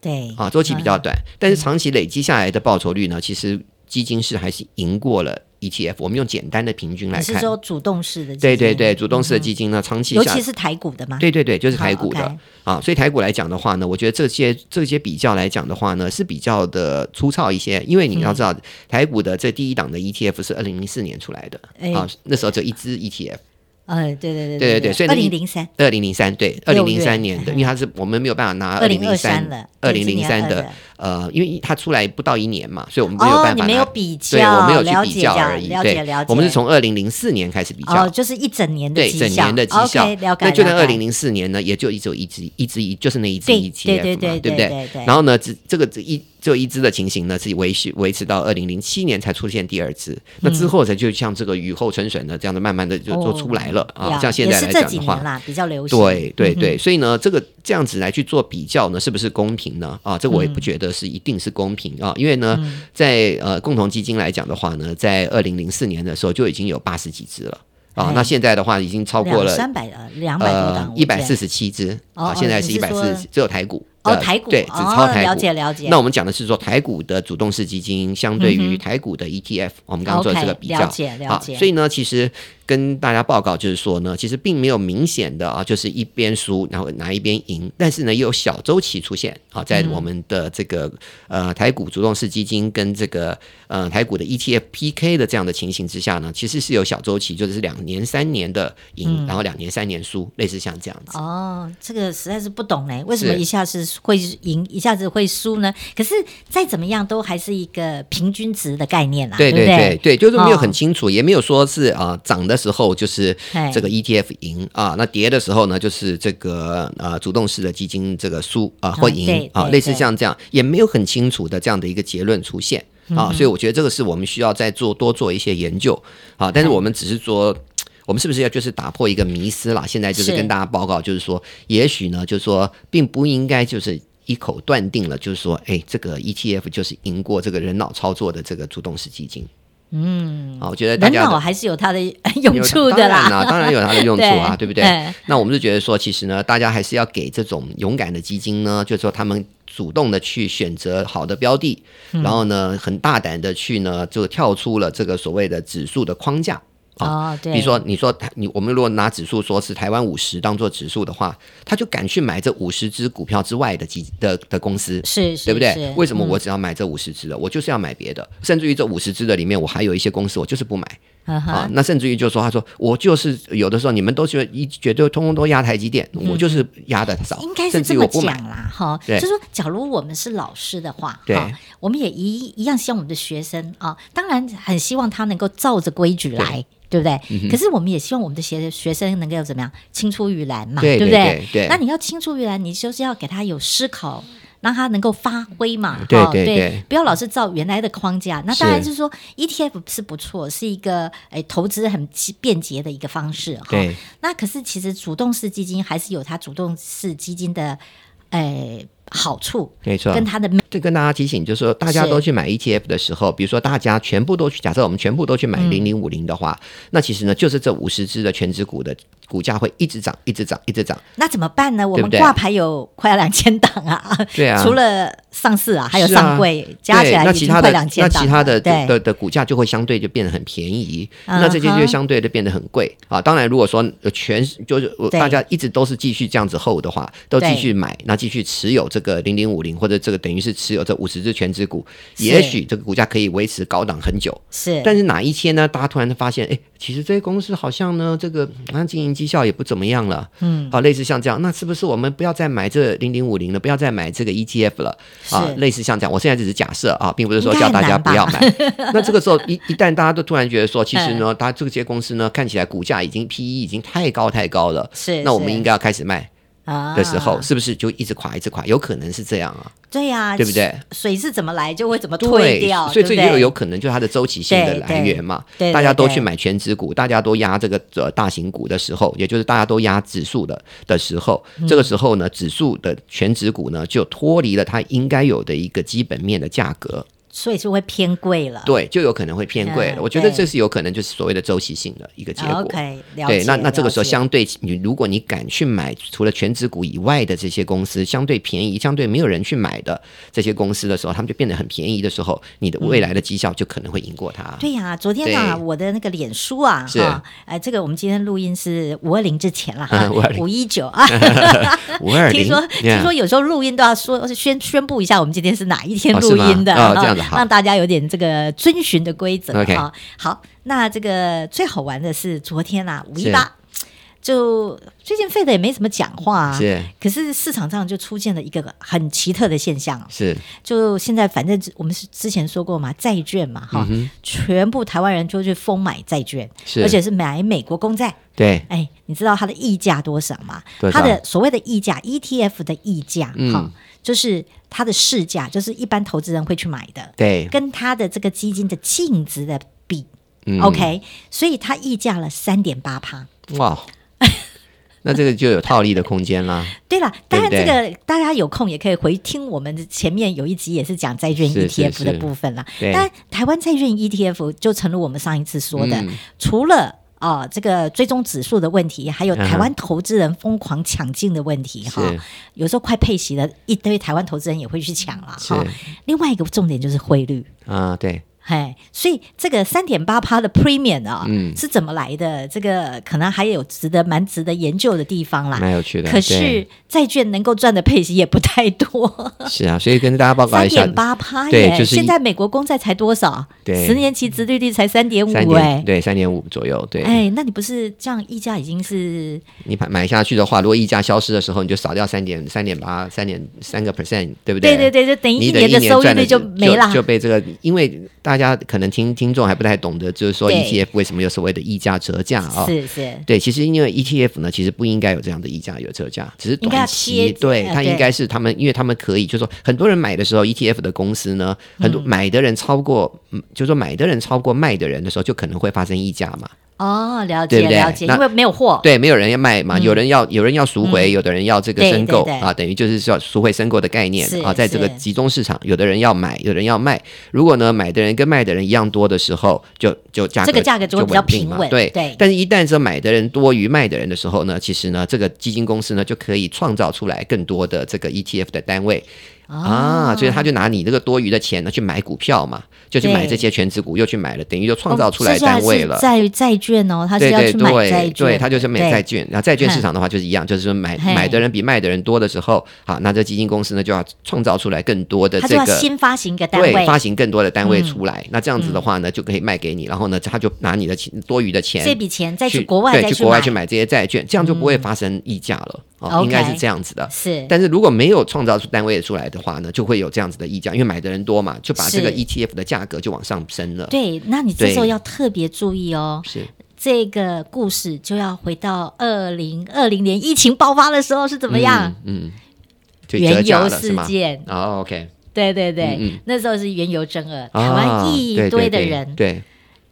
Speaker 4: 对
Speaker 2: 啊，周期比较短，
Speaker 4: 嗯
Speaker 2: 但是长期累积下来的报酬率呢，其实基金是还是赢过了 ETF。我们用简单的平均来
Speaker 4: 嗯你是
Speaker 2: 看，
Speaker 4: 说主动式的基金？嗯
Speaker 2: 对对对，主动式的基金呢，长期
Speaker 4: 尤
Speaker 2: 下
Speaker 4: 其。是台股的嘛？
Speaker 2: 对对对，就是台
Speaker 4: 好
Speaker 2: 股的、
Speaker 4: ，OK
Speaker 2: 啊，所以台股来讲的话呢，我觉得这些这些比较来讲的话呢，是比较的粗糙一些，因为你
Speaker 4: 嗯
Speaker 2: 要知道，台股的这第一档的 ETF 是二零零四年出来的、
Speaker 4: 哎
Speaker 2: 啊，那时候只有一只 ETF，
Speaker 4: 嗯，对对
Speaker 2: 对
Speaker 4: 对
Speaker 2: 对对所以
Speaker 4: 二
Speaker 2: 那
Speaker 4: 零
Speaker 2: 你
Speaker 4: 零三
Speaker 2: 二零零三对，二
Speaker 4: 六
Speaker 2: 零
Speaker 4: 月
Speaker 2: 零三年的，因为它是我们没有办法拿二零零
Speaker 4: 2023
Speaker 2: 三
Speaker 4: 了
Speaker 2: 二
Speaker 4: 对
Speaker 2: 零
Speaker 4: 今
Speaker 2: 零
Speaker 4: 年
Speaker 2: 三
Speaker 4: 二
Speaker 2: 的
Speaker 4: 的
Speaker 2: 呃，因为它出来不到一年嘛，所以我们没有
Speaker 4: 哦
Speaker 2: 办，
Speaker 4: 你
Speaker 2: 法拿、
Speaker 4: 没有比较，
Speaker 2: 对，我没有
Speaker 4: 了
Speaker 2: 去比
Speaker 4: 解
Speaker 2: 较
Speaker 4: 了
Speaker 2: 而已。
Speaker 4: 了解
Speaker 2: 对
Speaker 4: 了解，，
Speaker 2: 我们是从二零零四年开始比较。
Speaker 4: 哦，就是一整年的
Speaker 2: 对
Speaker 4: 绩
Speaker 2: 整年的绩效
Speaker 4: OK，了解。
Speaker 2: 那就在
Speaker 4: 了
Speaker 2: 二
Speaker 4: 解
Speaker 2: 零零四年呢，也就一只有一只一只一就是那一只
Speaker 4: 对
Speaker 2: ETF 嘛，
Speaker 4: 对对对
Speaker 2: 对不
Speaker 4: 对对对
Speaker 2: 然后呢，只这个只一只有一只的情形呢，是维续维持到二零零七年才出现第二只，那之后才就像这个雨后春笋的这样子，慢慢的就
Speaker 4: 嗯哦
Speaker 2: 做出来了、
Speaker 4: 呀
Speaker 2: 啊。像现
Speaker 4: 也
Speaker 2: 在
Speaker 4: 是
Speaker 2: 来
Speaker 4: 这
Speaker 2: 讲
Speaker 4: 几
Speaker 2: 的话
Speaker 4: 年，啦，比较流行。嗯
Speaker 2: 对对对，所以呢，这个这样子来去做比较呢，是不是公平呢？啊，这我
Speaker 4: 嗯
Speaker 2: 也不觉得是一定是公平啊，因为呢，在呃共同基金来讲的话呢，在二零零四年的时候就已经有八十几只了啊
Speaker 4: 哎，
Speaker 2: 那现在的话已经超过
Speaker 4: 两
Speaker 2: 了
Speaker 4: 三百呃两百多
Speaker 2: 呃
Speaker 4: 档，
Speaker 2: 一百四
Speaker 4: 十
Speaker 2: 十七只
Speaker 4: 哦
Speaker 2: 啊
Speaker 4: 哦，
Speaker 2: 现在
Speaker 4: 你
Speaker 2: 是
Speaker 4: 是
Speaker 2: 一百四
Speaker 4: 说
Speaker 2: 十，只有台股
Speaker 4: 哦
Speaker 2: 呃
Speaker 4: 台股
Speaker 2: 对，只超
Speaker 4: 哦
Speaker 2: 台股，
Speaker 4: 了解了解
Speaker 2: 那我们讲的是说台股的主动式基金相对于台股的 ETF，我们刚刚做的这个
Speaker 4: 嗯 OK，
Speaker 2: 比较，
Speaker 4: 了解了
Speaker 2: 啊
Speaker 4: 解
Speaker 2: 所以呢，其实跟大家报告就是说呢，其实并没有明显的啊，就是一边输然后哪一边赢，但是呢，也有小周期出现啊，在我们的这个呃台股主动式基金跟这个呃台股的 ETF PK 的这样的情形之下呢，其实是有小周期，就是两年三年的赢，
Speaker 4: 嗯
Speaker 2: 然后两年三年输，类似像这样子。
Speaker 4: 哦，这个实在是不懂嘞，为什么
Speaker 2: 是
Speaker 4: 一下子会赢，一下子会输呢？可是再怎么样都还是一个平均值的概念啦，啊
Speaker 2: 对
Speaker 4: 不
Speaker 2: 对对，就是没有很
Speaker 4: 哦
Speaker 2: 清楚，也没有说是啊、涨的时候就是
Speaker 4: 嘿
Speaker 2: 这个 ETF 赢啊，那跌的时候呢就是这个呃主动式的基金这个输啊或赢
Speaker 4: 对
Speaker 2: 啊，
Speaker 4: 对
Speaker 2: 类似
Speaker 4: 对
Speaker 2: 像这样，也没有很清楚的这样的一个结论出现
Speaker 4: 嗯
Speaker 2: 啊，所以我觉得这个是我们需要再做多做一些研究啊，
Speaker 4: 哎
Speaker 2: 但是我们只是说。我们是不是要就是打破一个迷思啦？现在就是
Speaker 4: 是
Speaker 2: 跟大家报告，就是说，也许呢，就是说，并不应该就是一口断定了，就是说，哎，这个 ETF 就是赢过这个人脑操作的这个主动式基金。嗯，啊，我觉得大
Speaker 4: 人
Speaker 2: 家
Speaker 4: 脑
Speaker 2: 的
Speaker 4: 还是有它的 用
Speaker 2: 有
Speaker 4: 处的
Speaker 2: 当然啦，
Speaker 4: 啦。
Speaker 2: 当然有它的用处啊，
Speaker 4: 对
Speaker 2: 对不对
Speaker 4: 哎？
Speaker 2: 那我们就觉得说，其实呢，大家还是要给这种勇敢的基金呢，就是说他们主动的去选择好的标的，然后呢，很大胆的去呢，就跳出了这个所谓的指数的框架。
Speaker 4: 哦，对，
Speaker 2: 比如说，你说台你我们如果拿指数说是台湾五十当做指数的话，他就敢去买这五十只股票之外的基的的公司，
Speaker 4: 是是，
Speaker 2: 对不
Speaker 4: 是嗯
Speaker 2: 对？为什么我只要买这五十只的，我就是要买别的，甚至于这五十只的里面，我还有一些公司我就是不买
Speaker 4: 嗯
Speaker 2: 啊
Speaker 4: 哼。
Speaker 2: 那甚至于就说，他说我就是有的时候你们都觉得一绝对通通都压台积电，我就是压的少
Speaker 4: 应该，是
Speaker 2: 甚至
Speaker 4: 这
Speaker 2: 于
Speaker 4: 么
Speaker 2: 我不买
Speaker 4: 讲。啦，哈，
Speaker 2: 对
Speaker 4: 就说假如我们是老师的话，
Speaker 2: 对
Speaker 4: 哈，我们也一一样希望我们的学生啊，当然很希望他能够照着规矩来，对不对？
Speaker 2: 嗯
Speaker 4: 可是我们也希望我们的学学生能够怎么样青出于蓝嘛，
Speaker 2: 对
Speaker 4: 不
Speaker 2: 对对对
Speaker 4: 那你要青出于蓝，你就是要给他有思考。让他能够发挥嘛，
Speaker 2: 对
Speaker 4: 哦
Speaker 2: 对对
Speaker 4: 不要老是照原来的框架。那当然
Speaker 2: 是
Speaker 4: 是说 ETF 是不错，是一个诶投资很便捷的一个方式哈。
Speaker 2: 对
Speaker 4: 那可是其实主动式基金还是有它主动式基金的，呃好处，
Speaker 2: 没错，
Speaker 4: 跟它的
Speaker 2: 这跟大家提醒，就是说大家
Speaker 4: 是
Speaker 2: 都去买 ETF 的时候，比如说大家全部都去，假设我们全部都去买
Speaker 4: 嗯
Speaker 2: 零零五零的话，那其实呢，就是这五十只的全指股的股价会一直涨，一直涨，一直涨。
Speaker 4: 那怎么办呢？我
Speaker 2: 对
Speaker 4: 们
Speaker 2: 不对
Speaker 4: 挂牌有快要两千档啊，
Speaker 2: 对啊
Speaker 4: 除了上市啊，还有
Speaker 2: 是啊
Speaker 4: 上柜，加起
Speaker 2: 对
Speaker 4: 来
Speaker 2: 那
Speaker 4: 已
Speaker 2: 其
Speaker 4: 经
Speaker 2: 他
Speaker 4: 快
Speaker 2: 的
Speaker 4: 两千
Speaker 2: 那
Speaker 4: 档了。
Speaker 2: 其他的的
Speaker 4: 对
Speaker 2: 的的股价就会相对就变得很便宜，
Speaker 4: 嗯
Speaker 2: 那这些就
Speaker 4: 哼
Speaker 2: 会相对的变得很贵啊。当然，如果说呃全就是呃
Speaker 4: 对
Speaker 2: 大家一直都是继续这样子 hold 的话，都
Speaker 4: 对
Speaker 2: 继续买，那继续持有这个零零五零或者这个等于是持有这五十只全指股，
Speaker 4: 是
Speaker 2: 也许这个股价可以维持高档很久。
Speaker 4: 是，
Speaker 2: 但是哪一天呢？大家突然发现，哎，其实这些公司好像呢，这个好像经营绩效也不怎么样了。
Speaker 4: 嗯，
Speaker 2: 好，类似像这样，那是不是我们不要再买这零零五零了，不要再买这个 ETF 了啊
Speaker 4: 是？
Speaker 2: 类似像这样，我现在只是假设啊，并不是说
Speaker 4: 应该
Speaker 2: 叫大
Speaker 4: 很
Speaker 2: 家
Speaker 4: 难吧嗯
Speaker 2: 不要买。 那这个时候一一旦大家都突然觉得说，其实呢，它这些公司呢，看起来股价已经 PE 已经太高太高了，
Speaker 4: 是
Speaker 2: 那我们
Speaker 4: 是
Speaker 2: 应该要开始卖
Speaker 4: 啊
Speaker 2: 的时候，是不是就一直垮一直垮？有可能是这样啊，
Speaker 4: 对呀，
Speaker 2: 对不对？
Speaker 4: 水是怎么来就会怎么退
Speaker 2: 对
Speaker 4: 掉，，
Speaker 2: 所以这
Speaker 4: 对不对
Speaker 2: 就有可能就是它的周期性的
Speaker 4: 对
Speaker 2: 来源嘛。
Speaker 4: 对对对
Speaker 2: 大家都去买全指股，大家都压这个呃大型股的时候，也就是大家都压指数的的时候，
Speaker 4: 嗯
Speaker 2: 这个时候呢，指数的全指股呢就脱离了它应该有的一个基本面的价格，
Speaker 4: 所以是会偏贵了。
Speaker 2: 对，就有可能会偏贵了。
Speaker 4: 嗯
Speaker 2: 我觉得
Speaker 4: 对
Speaker 2: 这是有可能就是所谓的周期性的一个结果。
Speaker 4: OK，了解。
Speaker 2: 对，那那这个时候
Speaker 4: 了解
Speaker 2: 相对你，如果你敢去买除了全指股以外的这些公司，相对便宜、相对没有人去买的这些公司的时候，他们就变得很便宜的时候，你的未来的绩效就可能会赢过它。
Speaker 4: 嗯对呀、昨天啊，
Speaker 2: 对
Speaker 4: 我的那个脸书啊，
Speaker 2: 是
Speaker 4: 哈，哎，这个我们今天录音是五二零之前啦，
Speaker 2: 嗯520
Speaker 4: 五一九啊，
Speaker 2: 五二零，
Speaker 4: 听说
Speaker 2: yeah
Speaker 4: 听说有时候录音都要说宣宣布一下我们今天是哪一天
Speaker 2: 哦
Speaker 4: 录
Speaker 2: 是吗
Speaker 4: 音的，
Speaker 2: 哦
Speaker 4: 哈
Speaker 2: 这样子好
Speaker 4: 让大家有点这个遵循的规则
Speaker 2: OK
Speaker 4: 啊。好，那这个最好玩的是昨天啊，五一八。就最近费的也没什么讲话、啊，
Speaker 2: 是
Speaker 4: 可是市场上就出现了一个很奇特的现象哦，
Speaker 2: 是
Speaker 4: 就现在反正我们是之前说过嘛，债券嘛哈，全部台湾人就去疯买债券，
Speaker 2: 嗯是
Speaker 4: 而且是买美国公债。
Speaker 2: 对
Speaker 4: 哎，你知道它的溢价多少吗？
Speaker 2: 多
Speaker 4: 它
Speaker 2: 少
Speaker 4: 的所谓的溢价，ETF 的溢价哈、
Speaker 2: 嗯
Speaker 4: 就是它的市价，就是一般投资人会去买的，
Speaker 2: 对，
Speaker 4: 跟它的这个基金的净值的比。
Speaker 2: 嗯
Speaker 4: OK，所以它溢价了三点八趴。
Speaker 2: 哇，那这个就有套利的空间啦。
Speaker 4: 对了，
Speaker 2: 对
Speaker 4: 当
Speaker 2: 不
Speaker 4: 然这
Speaker 2: 对
Speaker 4: 个大家有空也可以回听我们前面有一集也是讲债券
Speaker 2: 是是
Speaker 4: ETF 的
Speaker 2: 是
Speaker 4: 部分啦。
Speaker 2: 对
Speaker 4: 但台湾债券 ETF 就诚如我们上一次说的，
Speaker 2: 嗯
Speaker 4: 除了啊、这个追踪指数的问题，还有台湾投资人疯狂抢进的问题哈、
Speaker 2: 嗯是
Speaker 4: 有时候快配息了，一堆台湾投资人也会去抢了哈
Speaker 2: 是。
Speaker 4: 另外一个重点就是汇率。
Speaker 2: 啊，对，
Speaker 4: 哎，所以这个三点八趴的 premium 啊、
Speaker 2: 嗯
Speaker 4: 是怎么来的？这个可能还有值得蛮值得研究的地方啦。
Speaker 2: 蛮有趣的。
Speaker 4: 可
Speaker 2: 对
Speaker 4: 是债券能够赚的配息也不太 多，
Speaker 2: 是啊，所以跟大家报告
Speaker 4: 三
Speaker 2: 一下
Speaker 4: 点，八趴
Speaker 2: 对
Speaker 4: 耶！
Speaker 2: 就是一
Speaker 4: 现在美国公债才多少？
Speaker 2: 对
Speaker 4: 十年期殖利率才三点
Speaker 2: 三
Speaker 4: 五
Speaker 2: 点
Speaker 4: 哎。
Speaker 2: 对三点五左右，对。
Speaker 4: 哎，那你不是这样溢价已经是
Speaker 2: 你买买下去的话，如果溢价消失的时候，你就少掉三点三点八三点三个 percent，对不
Speaker 4: 对
Speaker 2: 对？
Speaker 4: 对对，就等于
Speaker 2: 你
Speaker 4: 一
Speaker 2: 等一
Speaker 4: 年的收益
Speaker 2: 赚
Speaker 4: 率
Speaker 2: 的
Speaker 4: 就没啦
Speaker 2: 就，就被这个，因为大家可能听听众还不太懂得，就是说
Speaker 4: 对
Speaker 2: ETF 为什么有所谓的溢价折价啊、
Speaker 4: 是是
Speaker 2: 对，其实因为 ETF 呢，其实不应该有这样的溢价有折价，只是
Speaker 4: 应该要
Speaker 2: 短期
Speaker 4: 贴，
Speaker 2: 对
Speaker 4: 呃
Speaker 2: 它
Speaker 4: 对
Speaker 2: 应该是他们，因为他们可以，就是说很多人买的时候，ETF 的公司呢，很
Speaker 4: 嗯
Speaker 2: 多买的人超过，嗯就是说买的人超过卖的人的时候，就可能会发生溢价嘛。
Speaker 4: 哦，了
Speaker 2: 对
Speaker 4: 解
Speaker 2: 不对
Speaker 4: 了解，
Speaker 2: 那
Speaker 4: 因为没有货，
Speaker 2: 对，没有人要卖嘛，有人要有人要赎回，有的人要这个
Speaker 4: 嗯对
Speaker 2: 申购
Speaker 4: 对对
Speaker 2: 啊，等于就是说赎回申购的概念
Speaker 4: 是
Speaker 2: 啊，在这个
Speaker 4: 是
Speaker 2: 集中市场，有的人要买，有人要卖。如果呢买的人跟卖的人一样多的时候，就就价格
Speaker 4: 这个价格就会比较
Speaker 2: 定
Speaker 4: 平
Speaker 2: 嘛
Speaker 4: 稳
Speaker 2: 对
Speaker 4: 对
Speaker 2: 但是，一旦说买的人多于卖的人的时候呢，其实呢，这个基金公司呢就可以创造出来更多的这个 ETF 的单位。
Speaker 4: 哦
Speaker 2: 啊，所以他就拿你这个多余的钱呢去买股票嘛，就去买
Speaker 4: 对
Speaker 2: 这些全值股，又去买了，等于就创
Speaker 4: 哦
Speaker 2: 造出来
Speaker 4: 剩下
Speaker 2: 单位
Speaker 4: 是
Speaker 2: 了。
Speaker 4: 债债券哦，他是
Speaker 2: 对
Speaker 4: 要
Speaker 2: 对
Speaker 4: 去买
Speaker 2: 对
Speaker 4: 债券，
Speaker 2: 对，它就是买
Speaker 4: 对
Speaker 2: 债券。然后债券市场的话就是一样，就是说买
Speaker 4: 嘿
Speaker 2: 买的人比卖的人多的时候，好，那这基金公司呢就要创造出来更多的
Speaker 4: 他
Speaker 2: 这
Speaker 4: 就要
Speaker 2: 个。
Speaker 4: 新发行一个单
Speaker 2: 对，
Speaker 4: 位，嗯
Speaker 2: 发行更多的单位出来，那这样子的话呢，就可以卖给你，然后呢，他就拿你的钱多余的钱，
Speaker 4: 这笔钱再
Speaker 2: 去
Speaker 4: 去国外
Speaker 2: 对
Speaker 4: 再
Speaker 2: 去国外去买这些债券，这样就不会发生溢价了。哦，
Speaker 4: OK
Speaker 2: 应该是这样子的。
Speaker 4: 是
Speaker 2: 但是如果没有创造出单位出来的话呢，就会有这样子的溢价，因为买的人多嘛，就把这个
Speaker 4: 是
Speaker 2: ETF 的价格就往上升了。
Speaker 4: 对，那你这
Speaker 2: 对
Speaker 4: 时候要特别注意哦。
Speaker 2: 是
Speaker 4: 这个故事就要回到二零二零年疫情爆发的时候是怎么样？？
Speaker 2: 嗯，嗯就折
Speaker 4: 原
Speaker 2: 价
Speaker 4: 油
Speaker 2: 了是
Speaker 4: 事
Speaker 2: 吗？
Speaker 4: 件，
Speaker 2: 哦，OK、
Speaker 4: 对对对，
Speaker 2: 嗯啊嗯
Speaker 4: 那时候是原油争恶，
Speaker 2: o k
Speaker 4: 台湾一堆的人，
Speaker 2: 对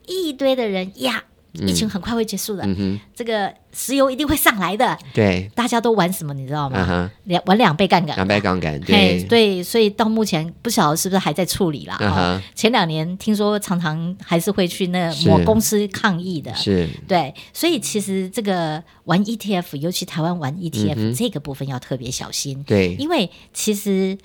Speaker 4: 一堆的人呀，疫情很快会结束的，
Speaker 2: 嗯哼，
Speaker 4: 这个石油一定会上来的。
Speaker 2: 对，
Speaker 4: 大家都玩什么，你知道
Speaker 2: 啊
Speaker 4: 吗？
Speaker 2: 哈，
Speaker 4: 两玩两倍杠杆。
Speaker 2: 两倍杠杆，
Speaker 4: 嘿
Speaker 2: 对，
Speaker 4: 对，所以到目前不晓得是不是还在处理啦。
Speaker 2: 啊哈
Speaker 4: 哦前两年听说常常还是会去那某
Speaker 2: 是
Speaker 4: 公司抗议的，
Speaker 2: 是，
Speaker 4: 对，所以其实这个玩 ETF，尤其台湾玩 ETF、这个部分要特别小心，
Speaker 2: 嗯对，
Speaker 4: 因为其实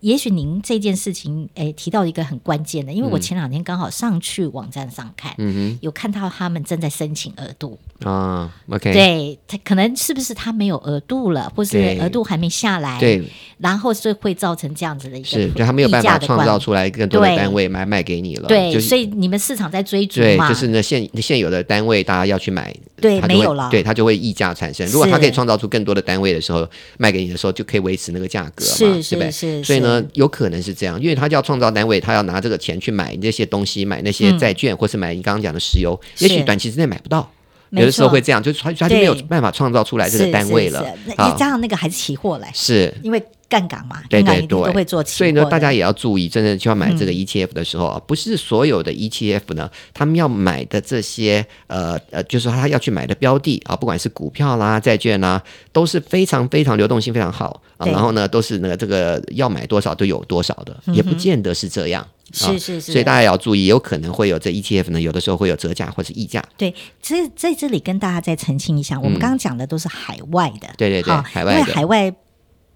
Speaker 4: 也许您这件事情，诶提到一个很关键的，因为我前两天刚好上去网站上看，
Speaker 2: 嗯
Speaker 4: 有看到他们正在申请额度，
Speaker 2: 哼，啊，OK，
Speaker 4: 对他可能是不是他没有额度了，或是
Speaker 2: 对
Speaker 4: 额度还没下来，
Speaker 2: 对，
Speaker 4: 然后就会造成这样子的一个
Speaker 2: 是，就他没有
Speaker 4: 溢
Speaker 2: 办
Speaker 4: 价
Speaker 2: 法
Speaker 4: 的
Speaker 2: 创
Speaker 4: 关
Speaker 2: 造出来更多的
Speaker 4: 对
Speaker 2: 单位买卖给你了，
Speaker 4: 对，
Speaker 2: 就是
Speaker 4: 所以你们市场在追逐
Speaker 2: 对，
Speaker 4: 嘛，
Speaker 2: 就是呢现现有的单位大家要去买，
Speaker 4: 对
Speaker 2: 它就会
Speaker 4: 没有了
Speaker 2: 对，它就会溢价产生。如果
Speaker 4: 是
Speaker 2: 它可以创造出更多的单位的时候，卖给你的时候就可以维持那个价格嘛，
Speaker 4: 是
Speaker 2: 对不
Speaker 4: 是
Speaker 2: 对？
Speaker 4: 是，
Speaker 2: 所以呢
Speaker 4: 是，，
Speaker 2: 有可能是这样，因为他要创造单位，他要拿这个钱去买那些东西，买那些债券，或是买你刚刚讲的石油，也许
Speaker 4: 嗯是
Speaker 2: 短期之内买不到，
Speaker 4: 没
Speaker 2: 有的时候
Speaker 4: 错
Speaker 2: 会这样，就是他他就没有
Speaker 4: 对
Speaker 2: 办法创造出来这个
Speaker 4: 是
Speaker 2: 单
Speaker 4: 是
Speaker 2: 位
Speaker 4: 是
Speaker 2: 了
Speaker 4: 那
Speaker 2: 啊
Speaker 4: 也，加上那个还是期货嘞，
Speaker 2: 是。
Speaker 4: 因为杠杆嘛，
Speaker 2: 对
Speaker 4: 杠杆
Speaker 2: 对
Speaker 4: 一定
Speaker 2: 对，
Speaker 4: 都会做期货。
Speaker 2: 所以呢，大家。也要注意，真正去要买这
Speaker 4: 嗯
Speaker 2: 个 ETF 的时候啊，不是所有的 ETF 呢，他们要买的这些呃呃，就是他要去买的标的啊，不管是股票啦、债券啦，都是非常非常流动性非常好啊。
Speaker 4: 对
Speaker 2: 然后呢，都是那个这个要买多少都有多少的，也不见得是这样。啊
Speaker 4: 嗯是是是
Speaker 2: 所以大家也要注意，有可能会有这 ETF 呢，有的时候会有折价或是溢价。
Speaker 4: 对，其实在这里跟大家再澄清一下，我们刚刚讲的都是海外的，
Speaker 2: 嗯对对对
Speaker 4: 好
Speaker 2: 海外的
Speaker 4: 因为海外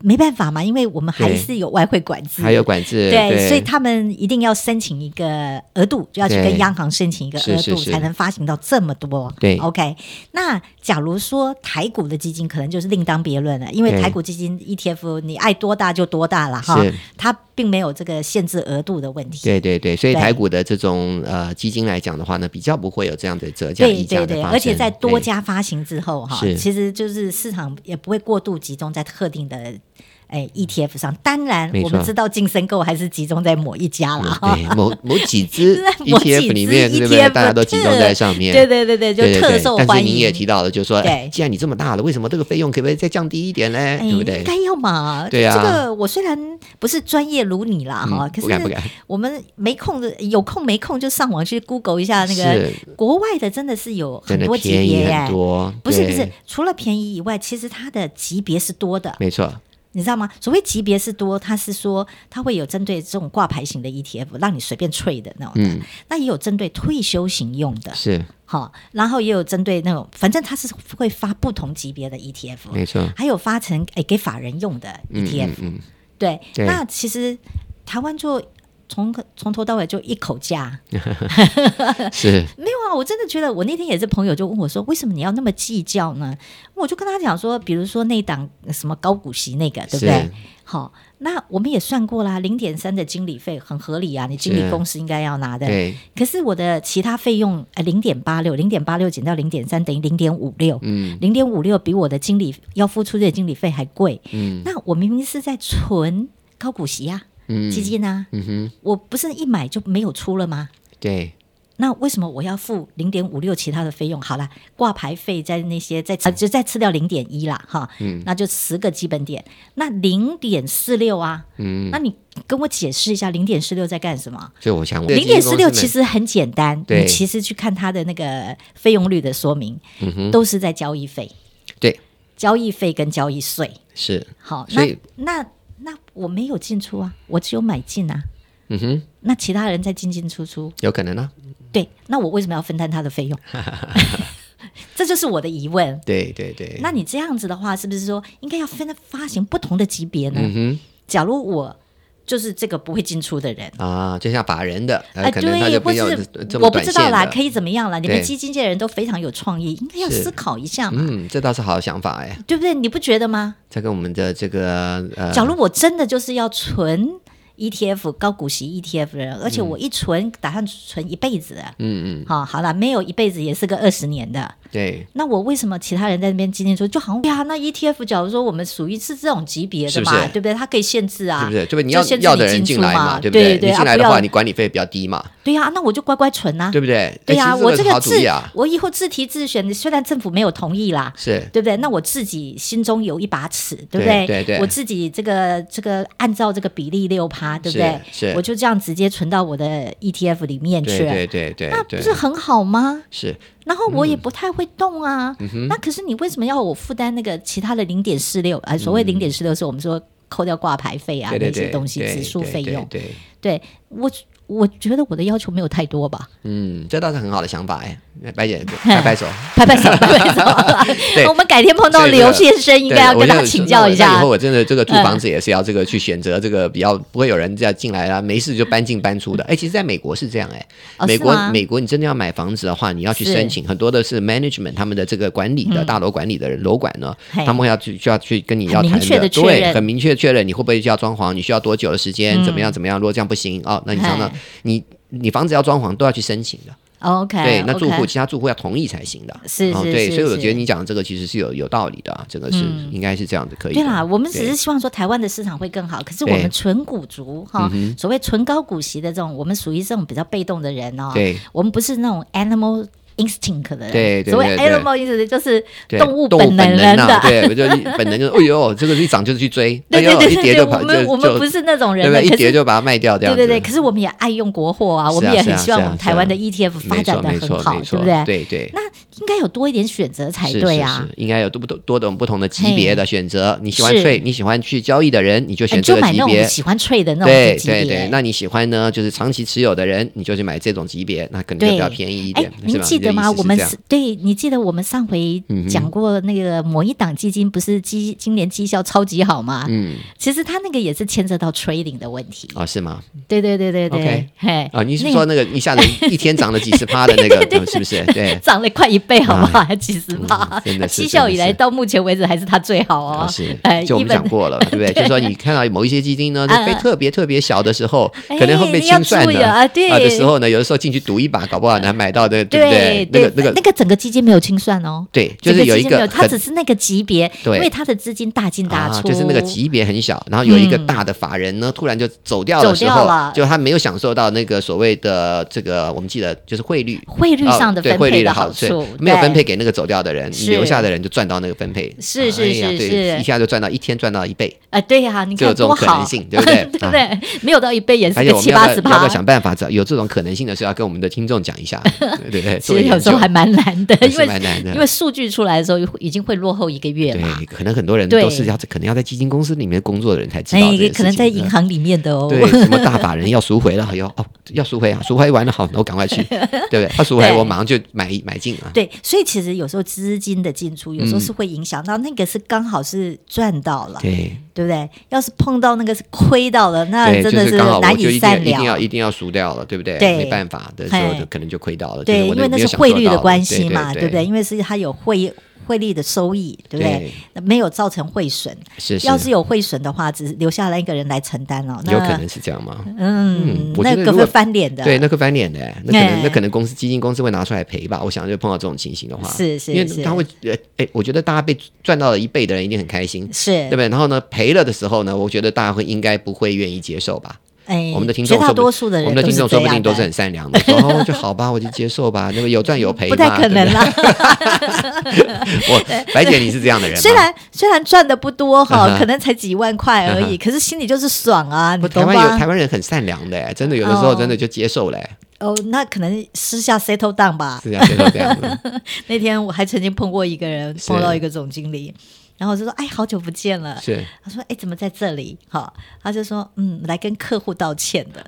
Speaker 4: 没办法嘛，因为我们还
Speaker 2: 对
Speaker 4: 是有外汇管制，
Speaker 2: 还有管制，
Speaker 4: 嗯对，
Speaker 2: 对
Speaker 4: 所以他们一定要申请一个额度，就要去
Speaker 2: 对
Speaker 4: 跟央行申请一个
Speaker 2: 是
Speaker 4: 额
Speaker 2: 是
Speaker 4: 度，
Speaker 2: 是
Speaker 4: 才能发行到这么多。
Speaker 2: 对
Speaker 4: ，OK。那假如说台股的基金，可能就是另当别论了，因为
Speaker 2: 对
Speaker 4: 台股基金 ETF 你爱多大就多大了哈
Speaker 2: 是，
Speaker 4: 它并没有这个限制额度的问题。
Speaker 2: 对对对，所以
Speaker 4: 对
Speaker 2: 台股的这种呃基金来讲的话呢，比较不会有这样的折价
Speaker 4: 对
Speaker 2: 溢价
Speaker 4: 对
Speaker 2: 的
Speaker 4: 对，
Speaker 2: 发生
Speaker 4: 而且在多
Speaker 2: 对
Speaker 4: 家发行之后哈
Speaker 2: 是，
Speaker 4: 其实就是市场也不会过度集中在特定的。哎，ETF 上，当然
Speaker 2: 没错
Speaker 4: 我们知道晋升购还是集中在某一家了哈。
Speaker 2: 嗯 对某某几只
Speaker 4: 嗯在某几
Speaker 2: ETF 里
Speaker 4: 只
Speaker 2: 面，对不对？
Speaker 4: ETF
Speaker 2: 大家都集中在上面。
Speaker 4: 对对对对，就
Speaker 2: 对对
Speaker 4: 特
Speaker 2: 对
Speaker 4: 受
Speaker 2: 但
Speaker 4: 欢
Speaker 2: 是
Speaker 4: 迎。
Speaker 2: 您也提到了，就是说，哎
Speaker 4: 对
Speaker 2: 既然你这么大了，为什么这个费用可不可以再降低一点嘞？
Speaker 4: 哎
Speaker 2: 对不对
Speaker 4: 应？该要嘛。
Speaker 2: 对啊
Speaker 4: 这个我虽然不是专业如你啦哈，
Speaker 2: 嗯
Speaker 4: 可
Speaker 2: 不敢不
Speaker 4: 是
Speaker 2: 敢，
Speaker 4: 我们没空的，有空没空就上网去 Google 一下那个
Speaker 2: 是
Speaker 4: 国外的，真的是有
Speaker 2: 真
Speaker 4: 很
Speaker 2: 的
Speaker 4: 多级
Speaker 2: 便宜
Speaker 4: 别耶
Speaker 2: 很。多，
Speaker 4: 不是
Speaker 2: 对
Speaker 4: 不是，，除了便宜以外，其实它的级别是多的，
Speaker 2: 没错，
Speaker 4: 你知道吗？所谓级别是多，它是说它会有针对这种挂牌型的 ETF，让你随便吹的那种的，
Speaker 2: 嗯
Speaker 4: 那也有针对退休型用的，
Speaker 2: 是
Speaker 4: 好，然后也有针对那种，反正它是会发不同级别的 E ETF，
Speaker 2: 没 错，
Speaker 4: 还有发成诶给法人用的
Speaker 2: 嗯
Speaker 4: ETF，、
Speaker 2: 嗯嗯，
Speaker 4: 对，
Speaker 2: 对
Speaker 4: 那其实台湾就从从头到尾就一口价，
Speaker 2: 是
Speaker 4: 没有啊，我真的觉得我那天也是朋友就问我说，为什么你要那么计较呢？我就跟他讲说，比如说那档什么高股息那个，对不对
Speaker 2: 是？
Speaker 4: 好，那我们也算过啦，零点三的经理费很合理啊，你经理
Speaker 2: 是
Speaker 4: 公司应该要拿的，
Speaker 2: 对，
Speaker 4: 可是我的其他费用，呃，零点八六，零点八六减掉零点三等于零点五六，
Speaker 2: 嗯
Speaker 4: 零点五六比我的经理要付出的经理费还贵。
Speaker 2: 嗯
Speaker 4: 那我明明是在存高股息啊，
Speaker 2: 嗯
Speaker 4: 基金啊，
Speaker 2: 嗯哼，
Speaker 4: 我不是一买就没有出了吗？
Speaker 2: 对
Speaker 4: 那为什么我要付零点五六其他的费用？好啦，挂牌费在那些再啊就再吃掉零点一啦，哈，
Speaker 2: 嗯
Speaker 4: 那就十个基本点，那零点四六啊，
Speaker 2: 嗯
Speaker 4: 那你跟我解释一下零点四六在干什么？
Speaker 2: 所以我想问，
Speaker 4: 零点四六其实很简单，
Speaker 2: 对
Speaker 4: 你其实去看它的那个费用率的说明，
Speaker 2: 嗯
Speaker 4: 都是在交易费、
Speaker 2: 对
Speaker 4: 交易费跟交易税。
Speaker 2: 是，
Speaker 4: 好，
Speaker 2: 所
Speaker 4: 那
Speaker 2: 以
Speaker 4: 那那我没有进出啊，我只有买进啊，
Speaker 2: 嗯哼，
Speaker 4: 那其他人在进进出出，
Speaker 2: 有可能呢，
Speaker 4: 对，那我为什么要分担他的 费用？ 这就是我的疑问。
Speaker 2: 对对对，
Speaker 4: 那你这样子的话，是不是说应该要分发行不同的级别呢？
Speaker 2: 嗯
Speaker 4: 假如我就是这个不会进出的人，
Speaker 2: 哼啊，就像把人的，呃
Speaker 4: 哎，
Speaker 2: 可能他
Speaker 4: 对，
Speaker 2: 就
Speaker 4: 或
Speaker 2: 比较
Speaker 4: 是
Speaker 2: 这么
Speaker 4: 我不
Speaker 2: 短
Speaker 4: 知道
Speaker 2: 线
Speaker 4: 啦，
Speaker 2: 的
Speaker 4: 可以怎么样啦？你
Speaker 2: 对
Speaker 4: 们基金界人都非常有创意，应该要
Speaker 2: 是
Speaker 4: 思考一下嘛，
Speaker 2: 嗯，这倒是好想法哎，
Speaker 4: 对不对？你不觉得吗？
Speaker 2: 这跟我们的这个呃，
Speaker 4: 假如我真的就是要存 ETF 高股息 ETF 的人，而且我一存打算存一辈子的，
Speaker 2: 嗯嗯嗯，
Speaker 4: 好、好了，没有一辈子也是个二十年的，
Speaker 2: 对，
Speaker 4: 那我为什么其他人在那边今天说，就好像对啊，那 ETF 假如说我们属于是这种级别的嘛，
Speaker 2: 是不是
Speaker 4: 对不对？它可以限制啊，
Speaker 2: 是不是？对不对？你要
Speaker 4: 就限制
Speaker 2: 要的人
Speaker 4: 进
Speaker 2: 进
Speaker 4: 出
Speaker 2: 来
Speaker 4: 嘛，
Speaker 2: 对不
Speaker 4: 对？
Speaker 2: 你进
Speaker 4: 啊
Speaker 2: 来
Speaker 4: 不
Speaker 2: 的
Speaker 4: 要
Speaker 2: 话，你管理费比较低嘛，
Speaker 4: 对呀、那我就乖乖存啊，
Speaker 2: 对不对？
Speaker 4: 对呀、
Speaker 2: 哎其实
Speaker 4: 我
Speaker 2: 这
Speaker 4: 这
Speaker 2: 是好
Speaker 4: 个
Speaker 2: 主
Speaker 4: 自
Speaker 2: 意啊，
Speaker 4: 我以后自提自选，虽然政府没有同意啦。
Speaker 2: 是
Speaker 4: 对不对？那我自己心中有一把尺，对不
Speaker 2: 对
Speaker 4: 对？
Speaker 2: 对对
Speaker 4: 我自己这个这个按照这个比例六趴，对不对？
Speaker 2: 是是
Speaker 4: 我就这样直接存到我的 ETF 里面去，
Speaker 2: 对对对对
Speaker 4: 那
Speaker 2: 对嗯
Speaker 4: 不，是很好吗？
Speaker 2: 是
Speaker 4: 然后我也不太会动啊。
Speaker 2: 嗯
Speaker 4: 那可是你为什么要我负担那个其他的零点四六？啊，所谓零点四六是我们说扣掉挂牌费啊
Speaker 2: 嗯对对
Speaker 4: 那
Speaker 2: 对
Speaker 4: 些东西
Speaker 2: 对
Speaker 4: 指数
Speaker 2: 对
Speaker 4: 费
Speaker 2: 对
Speaker 4: 用。
Speaker 2: 对，对
Speaker 4: 对我，我觉得我的要求没有太多吧。
Speaker 2: 嗯，这倒是很好的想法哎，白 姐拍拍手。
Speaker 4: 拍拍手，拍拍
Speaker 2: 对
Speaker 4: 手。 我们改天碰到刘先生，应该要跟他请教一
Speaker 2: 对我觉得那以
Speaker 4: 下嗯
Speaker 2: 后。我真的这个租房子也是要这个去选择这个比较不会有人这样进来啊，没事就搬进搬出的。哎，其实在美国是这样哎，
Speaker 4: 嗯哦
Speaker 2: 美国
Speaker 4: 是吗
Speaker 2: 美国你真的要买房子的话，你要去申请，很多的是 management 他们的这个管理的大楼管理的人楼管呢，
Speaker 4: 嗯嘿
Speaker 2: 他们要去就要去跟你要
Speaker 4: 很
Speaker 2: 谈
Speaker 4: 明确地确
Speaker 2: 对，
Speaker 4: 认嗯
Speaker 2: 很明确确认你会不会需要装潢，你需要多久的时间，怎么样怎么样。如果这样不行哦，那你想呢
Speaker 4: 嘿？
Speaker 2: 你你房子要装潢都要去申请的。
Speaker 4: OK，
Speaker 2: 对，那
Speaker 4: 哎 OK
Speaker 2: 住户其他住户要同意才行的。
Speaker 4: 是
Speaker 2: 嗯
Speaker 4: 是
Speaker 2: 对，
Speaker 4: 是
Speaker 2: 所以我
Speaker 4: 是嗯
Speaker 2: 觉得你讲的这个其实是有有道理的啊，这个是应该是这样子可以的。
Speaker 4: 对啦，我们只
Speaker 2: 对
Speaker 4: 是希望说台湾的市场会更好，可是我
Speaker 2: 对
Speaker 4: 们纯股族
Speaker 2: 嗯
Speaker 4: 哈，所谓纯高股息的这种，我们属于这种比较被动的人哦。
Speaker 2: 对，
Speaker 4: 我们不是那种 animal instinct 的人。
Speaker 2: 对对
Speaker 4: 所
Speaker 2: 对
Speaker 4: 谓
Speaker 2: 对
Speaker 4: animal instinct 就是
Speaker 2: 对
Speaker 4: 动物
Speaker 2: 动物
Speaker 4: 能
Speaker 2: 能
Speaker 4: 的。
Speaker 2: 啊，对，我就一本能就是，哎 呦，这个一涨就是去追，哎
Speaker 4: 对对
Speaker 2: 呦，
Speaker 4: 对
Speaker 2: 一
Speaker 4: 对
Speaker 2: 跌
Speaker 4: 对，
Speaker 2: 就
Speaker 4: 我
Speaker 2: 跑，
Speaker 4: 们
Speaker 2: 就
Speaker 4: 我们
Speaker 2: 就
Speaker 4: 不是那种
Speaker 2: 对
Speaker 4: 人
Speaker 2: 不
Speaker 4: 的，
Speaker 2: 对？一
Speaker 4: 可
Speaker 2: 跌
Speaker 4: 是。
Speaker 2: 就把它卖掉，这
Speaker 4: 对
Speaker 2: 样
Speaker 4: 对
Speaker 2: 子。
Speaker 4: 对，可是我们也爱用国货啊，
Speaker 2: 是啊
Speaker 4: 我们也
Speaker 2: 是啊
Speaker 4: 很希望
Speaker 2: 是啊
Speaker 4: 我们台湾的
Speaker 2: 是
Speaker 4: ETF 发
Speaker 2: 没
Speaker 4: 展
Speaker 2: 错
Speaker 4: 的
Speaker 2: 没
Speaker 4: 很
Speaker 2: 错
Speaker 4: 好，
Speaker 2: 没
Speaker 4: 对
Speaker 2: 错
Speaker 4: 不对？
Speaker 2: 对对。
Speaker 4: 那应该有多一点选择才
Speaker 2: 是
Speaker 4: 对啊
Speaker 2: 是。是，应该有多多多种不同的级
Speaker 4: 嘿
Speaker 2: 别的选择。你喜欢
Speaker 4: 是
Speaker 2: trade，你喜欢去交易的人，你就
Speaker 4: 哎
Speaker 2: 选
Speaker 4: 你
Speaker 2: 这
Speaker 4: 就
Speaker 2: 个
Speaker 4: 买
Speaker 2: 级
Speaker 4: 那
Speaker 2: 别
Speaker 4: 种。喜欢吹的那
Speaker 2: 对
Speaker 4: 种级
Speaker 2: 对对
Speaker 4: 别，。
Speaker 2: 那你喜欢呢？就是长期持有的人，你就去买这种级别，那可能就比较便宜一点
Speaker 4: 哎，，
Speaker 2: 是
Speaker 4: 您
Speaker 2: 吧
Speaker 4: 记
Speaker 2: 你的
Speaker 4: 得
Speaker 2: 意
Speaker 4: 吗？
Speaker 2: 思
Speaker 4: 我
Speaker 2: 是
Speaker 4: 们
Speaker 2: 这样嗯
Speaker 4: 是对你记得我们上回讲过那个某一档基金不是绩今年绩效超级好吗？
Speaker 2: 嗯
Speaker 4: 其实它那个也是牵扯到 trading 的问题。
Speaker 2: 哦，是吗？
Speaker 4: 对对对对
Speaker 2: OK
Speaker 4: 对，嘿，
Speaker 2: 啊，你是
Speaker 4: 那，
Speaker 2: 说那个一下子一天涨了几十趴的那个，嗯是不是？对
Speaker 4: 涨了快一倍，好不好？ 还几十趴
Speaker 2: 嗯真的，是
Speaker 4: 绩效以
Speaker 2: 真的
Speaker 4: 来
Speaker 2: 是
Speaker 4: 到目前为止还是它最好
Speaker 2: 啊
Speaker 4: 哦。
Speaker 2: 是
Speaker 4: 哎，，
Speaker 2: 就我
Speaker 4: 一
Speaker 2: 们
Speaker 4: 本
Speaker 2: 讲过 了，对不对？就说你看到某一些基金呢，在被
Speaker 4: 嗯
Speaker 2: 特别特别小的时候，
Speaker 4: 哎
Speaker 2: 可能会被清算
Speaker 4: 要注意
Speaker 2: 的
Speaker 4: 啊啊对
Speaker 2: 的时候呢，有的时候进去赌一把，搞不好能买到的，对不
Speaker 4: 对
Speaker 2: 那个那个
Speaker 4: 那个整个基金没有清算哦。
Speaker 2: 对，就是有一
Speaker 4: 整基金没
Speaker 2: 个
Speaker 4: 有，它
Speaker 2: 很
Speaker 4: 只是那个级别，因
Speaker 2: 对
Speaker 4: 为它的资金大进大
Speaker 2: 啊，
Speaker 4: 出，
Speaker 2: 就是那个级别很小，然后有一个
Speaker 4: 嗯
Speaker 2: 大的法人呢，突然就走掉的
Speaker 4: 走
Speaker 2: 时
Speaker 4: 掉
Speaker 2: 候
Speaker 4: 了，
Speaker 2: 就他没有享受到那个所谓的这这个，我们记得就是汇率。
Speaker 4: 汇率上
Speaker 2: 哦
Speaker 4: 的
Speaker 2: 对
Speaker 4: 分
Speaker 2: 汇
Speaker 4: 配
Speaker 2: 率的
Speaker 4: 好
Speaker 2: 处
Speaker 4: 处，，
Speaker 2: 没有
Speaker 4: 对
Speaker 2: 分配给那个走掉的人，你
Speaker 4: 是
Speaker 2: 留下的人就赚到那个分配，
Speaker 4: 是
Speaker 2: 哎
Speaker 4: 是
Speaker 2: 呀
Speaker 4: 是
Speaker 2: 对
Speaker 4: 是
Speaker 2: 一下就赚到一天赚到一倍，
Speaker 4: 啊，对呀、你
Speaker 2: 就有
Speaker 4: 看
Speaker 2: 这种
Speaker 4: 多
Speaker 2: 可能
Speaker 4: 好，
Speaker 2: 性对不对
Speaker 4: 对不对？没有到一倍也
Speaker 2: 而
Speaker 4: 是
Speaker 2: 且啊
Speaker 4: 个
Speaker 2: 我们
Speaker 4: 七
Speaker 2: 要
Speaker 4: 八
Speaker 2: 不要
Speaker 4: 十
Speaker 2: 要不
Speaker 4: 趴
Speaker 2: 要，想办法，只要有这种可能性的时候，要跟我们的听众讲一 下，对对对，
Speaker 4: 其
Speaker 2: 做一
Speaker 4: 实
Speaker 2: 点
Speaker 4: 有时候
Speaker 2: 研
Speaker 4: 还 蛮难的，
Speaker 2: 究
Speaker 4: 因为
Speaker 2: 是蛮难的，
Speaker 4: 因为数据出来的时候已经会落后一个月嘛。
Speaker 2: 对，可能很多人
Speaker 4: 对
Speaker 2: 都是要可能要在基金公司里面工作的人才知道这件
Speaker 4: 哎
Speaker 2: 事情，，嗯
Speaker 4: 可能在银行里面的哦，
Speaker 2: 对，什么大法人要赎回了，哎呦哦，要赎回啊，赎回完了好，那我赶快 去，对不对？他赎回，
Speaker 4: 对
Speaker 2: 我马上就买买进啊。
Speaker 4: 对，所以其实有时候资金的进出，有时候是会影响到、那个是刚好是赚到了，
Speaker 2: 嗯对
Speaker 4: 对不对？要是碰到那个是亏到了，那
Speaker 2: 对，
Speaker 4: 真
Speaker 2: 就
Speaker 4: 的
Speaker 2: 是刚好我
Speaker 4: 难
Speaker 2: 就
Speaker 4: 以
Speaker 2: 一定
Speaker 4: 善
Speaker 2: 一定要
Speaker 4: 了。
Speaker 2: 一定要赎掉了，对不对？
Speaker 4: 对
Speaker 2: 没办法的时候，
Speaker 4: 嘿
Speaker 2: 就可能就亏到了。
Speaker 4: 对，
Speaker 2: 就
Speaker 4: 因
Speaker 2: 我
Speaker 4: 为那
Speaker 2: 没有
Speaker 4: 是
Speaker 2: 享
Speaker 4: 汇
Speaker 2: 受
Speaker 4: 率
Speaker 2: 到
Speaker 4: 的
Speaker 2: 了
Speaker 4: 关系嘛，
Speaker 2: 对
Speaker 4: 不对？因为是它有汇汇率的收益，对不对？那没有造成汇损，
Speaker 2: 是是，
Speaker 4: 要是有汇损的话，只是留下来一个人来承担哦。那
Speaker 2: 有可能是这样吗？嗯
Speaker 4: 嗯，
Speaker 2: 我觉
Speaker 4: 那
Speaker 2: 得
Speaker 4: 个
Speaker 2: 如
Speaker 4: 会
Speaker 2: 果
Speaker 4: 翻脸的。
Speaker 2: 对，那个翻脸的，那可能
Speaker 4: 哎
Speaker 2: 那可能公司基金公司会拿出来赔吧。我想就碰到这种情形的话，
Speaker 4: 是是
Speaker 2: 因为
Speaker 4: 是
Speaker 2: 他会呃，哎，我觉得大家被赚到了一倍的人一定很开心，
Speaker 4: 是
Speaker 2: 对不，对？然后呢，赔了的时候呢，我觉得大家会应该不会愿意接受吧。
Speaker 4: 哎，
Speaker 2: 我们的听众
Speaker 4: 绝
Speaker 2: 说
Speaker 4: 大
Speaker 2: 不
Speaker 4: 多数的人，
Speaker 2: 我们的听众说不定都是很善良的，说 哦就好吧，我就接受吧，那么有赚有赔嘛，
Speaker 4: 不太可能
Speaker 2: 对
Speaker 4: 啦。
Speaker 2: 不对。我白姐你是这样的人啊吗？
Speaker 4: 虽然虽然赚的不多
Speaker 2: 嗯
Speaker 4: 哈，
Speaker 2: 哼
Speaker 4: 可能才几万块而 已，可是心里就是爽啊，
Speaker 2: 不
Speaker 4: 你
Speaker 2: 台
Speaker 4: 懂
Speaker 2: 湾有台
Speaker 4: 吗？
Speaker 2: 湾人很善良的，真的有的时候
Speaker 4: 哦
Speaker 2: 真的就接受嘞，
Speaker 4: 哦，那可能私下 settle down 吧。
Speaker 2: 是这样啊接受这样子。
Speaker 4: 那天我还曾经碰过一个人，
Speaker 2: 是
Speaker 4: 碰到一个总经理，然后我就说：“哎，好久不见了。”
Speaker 2: 是
Speaker 4: 他说：“哎，怎么在这里？”哈，他就说：“嗯，来跟客户道歉的。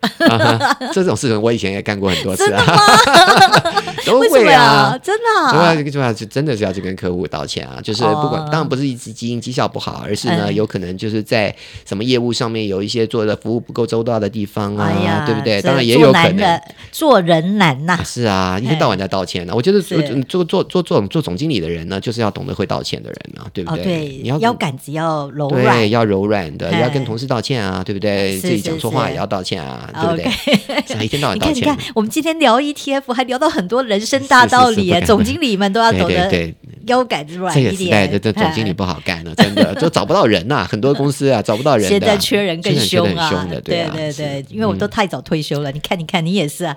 Speaker 2: 啊哈这种事情我以前也干过很多次啊， 都”
Speaker 4: 为什
Speaker 2: 会
Speaker 4: 么
Speaker 2: 啊
Speaker 4: 呀？。真的
Speaker 2: 对
Speaker 4: 啊
Speaker 2: 啊，？就要真的是要去跟客户道歉啊，就是不管，
Speaker 4: 哦
Speaker 2: 当然不是一直基因绩效不好，而是呢，
Speaker 4: 嗯
Speaker 2: 有可能就是在什么业务上面有一些做的服务不够周到的地方
Speaker 4: 哎
Speaker 2: 啊
Speaker 4: 呀，，
Speaker 2: 对不对？
Speaker 4: 这
Speaker 2: 当然也有可
Speaker 4: 做男
Speaker 2: 能
Speaker 4: 人，做人难呐
Speaker 2: 啊。是啊，一天到晚在道歉呢、我觉得
Speaker 4: 是
Speaker 2: 做做做做做做总经理的人呢，就是要懂得会道歉的人啊，对不
Speaker 4: 哦，
Speaker 2: 对？
Speaker 4: 对，
Speaker 2: 你要
Speaker 4: 腰杆子要柔软
Speaker 2: 对，。要柔软的，
Speaker 4: 哎
Speaker 2: 要跟同事道歉啊，对不对？
Speaker 4: 是
Speaker 2: 自己讲
Speaker 4: 是
Speaker 2: 错话
Speaker 4: 是
Speaker 2: 也要道歉啊，对不
Speaker 4: OK，
Speaker 2: 对？是啊一天到晚
Speaker 4: 你
Speaker 2: 道
Speaker 4: 看，你
Speaker 2: 歉
Speaker 4: 看，，我们今天聊 E ETF，还聊到很多人人生大道
Speaker 2: 是是
Speaker 4: 理
Speaker 2: 不
Speaker 4: 耶，
Speaker 2: 敢
Speaker 4: 总经理们都要
Speaker 2: 对
Speaker 4: 懂
Speaker 2: 对
Speaker 4: 得
Speaker 2: 对，
Speaker 4: 腰杆子软
Speaker 2: 这
Speaker 4: 一
Speaker 2: 个
Speaker 4: 点。
Speaker 2: 时代的这总经理
Speaker 4: 哎
Speaker 2: 不好干了，真 的就找不到人呐、很多公司啊找不到人的啊、
Speaker 4: 现在缺人更
Speaker 2: 现在缺得很
Speaker 4: 啊！
Speaker 2: 凶的，
Speaker 4: 对
Speaker 2: 啊，
Speaker 4: 对
Speaker 2: 是
Speaker 4: 对，因为我都太早退休了。你看，你看，你也是啊。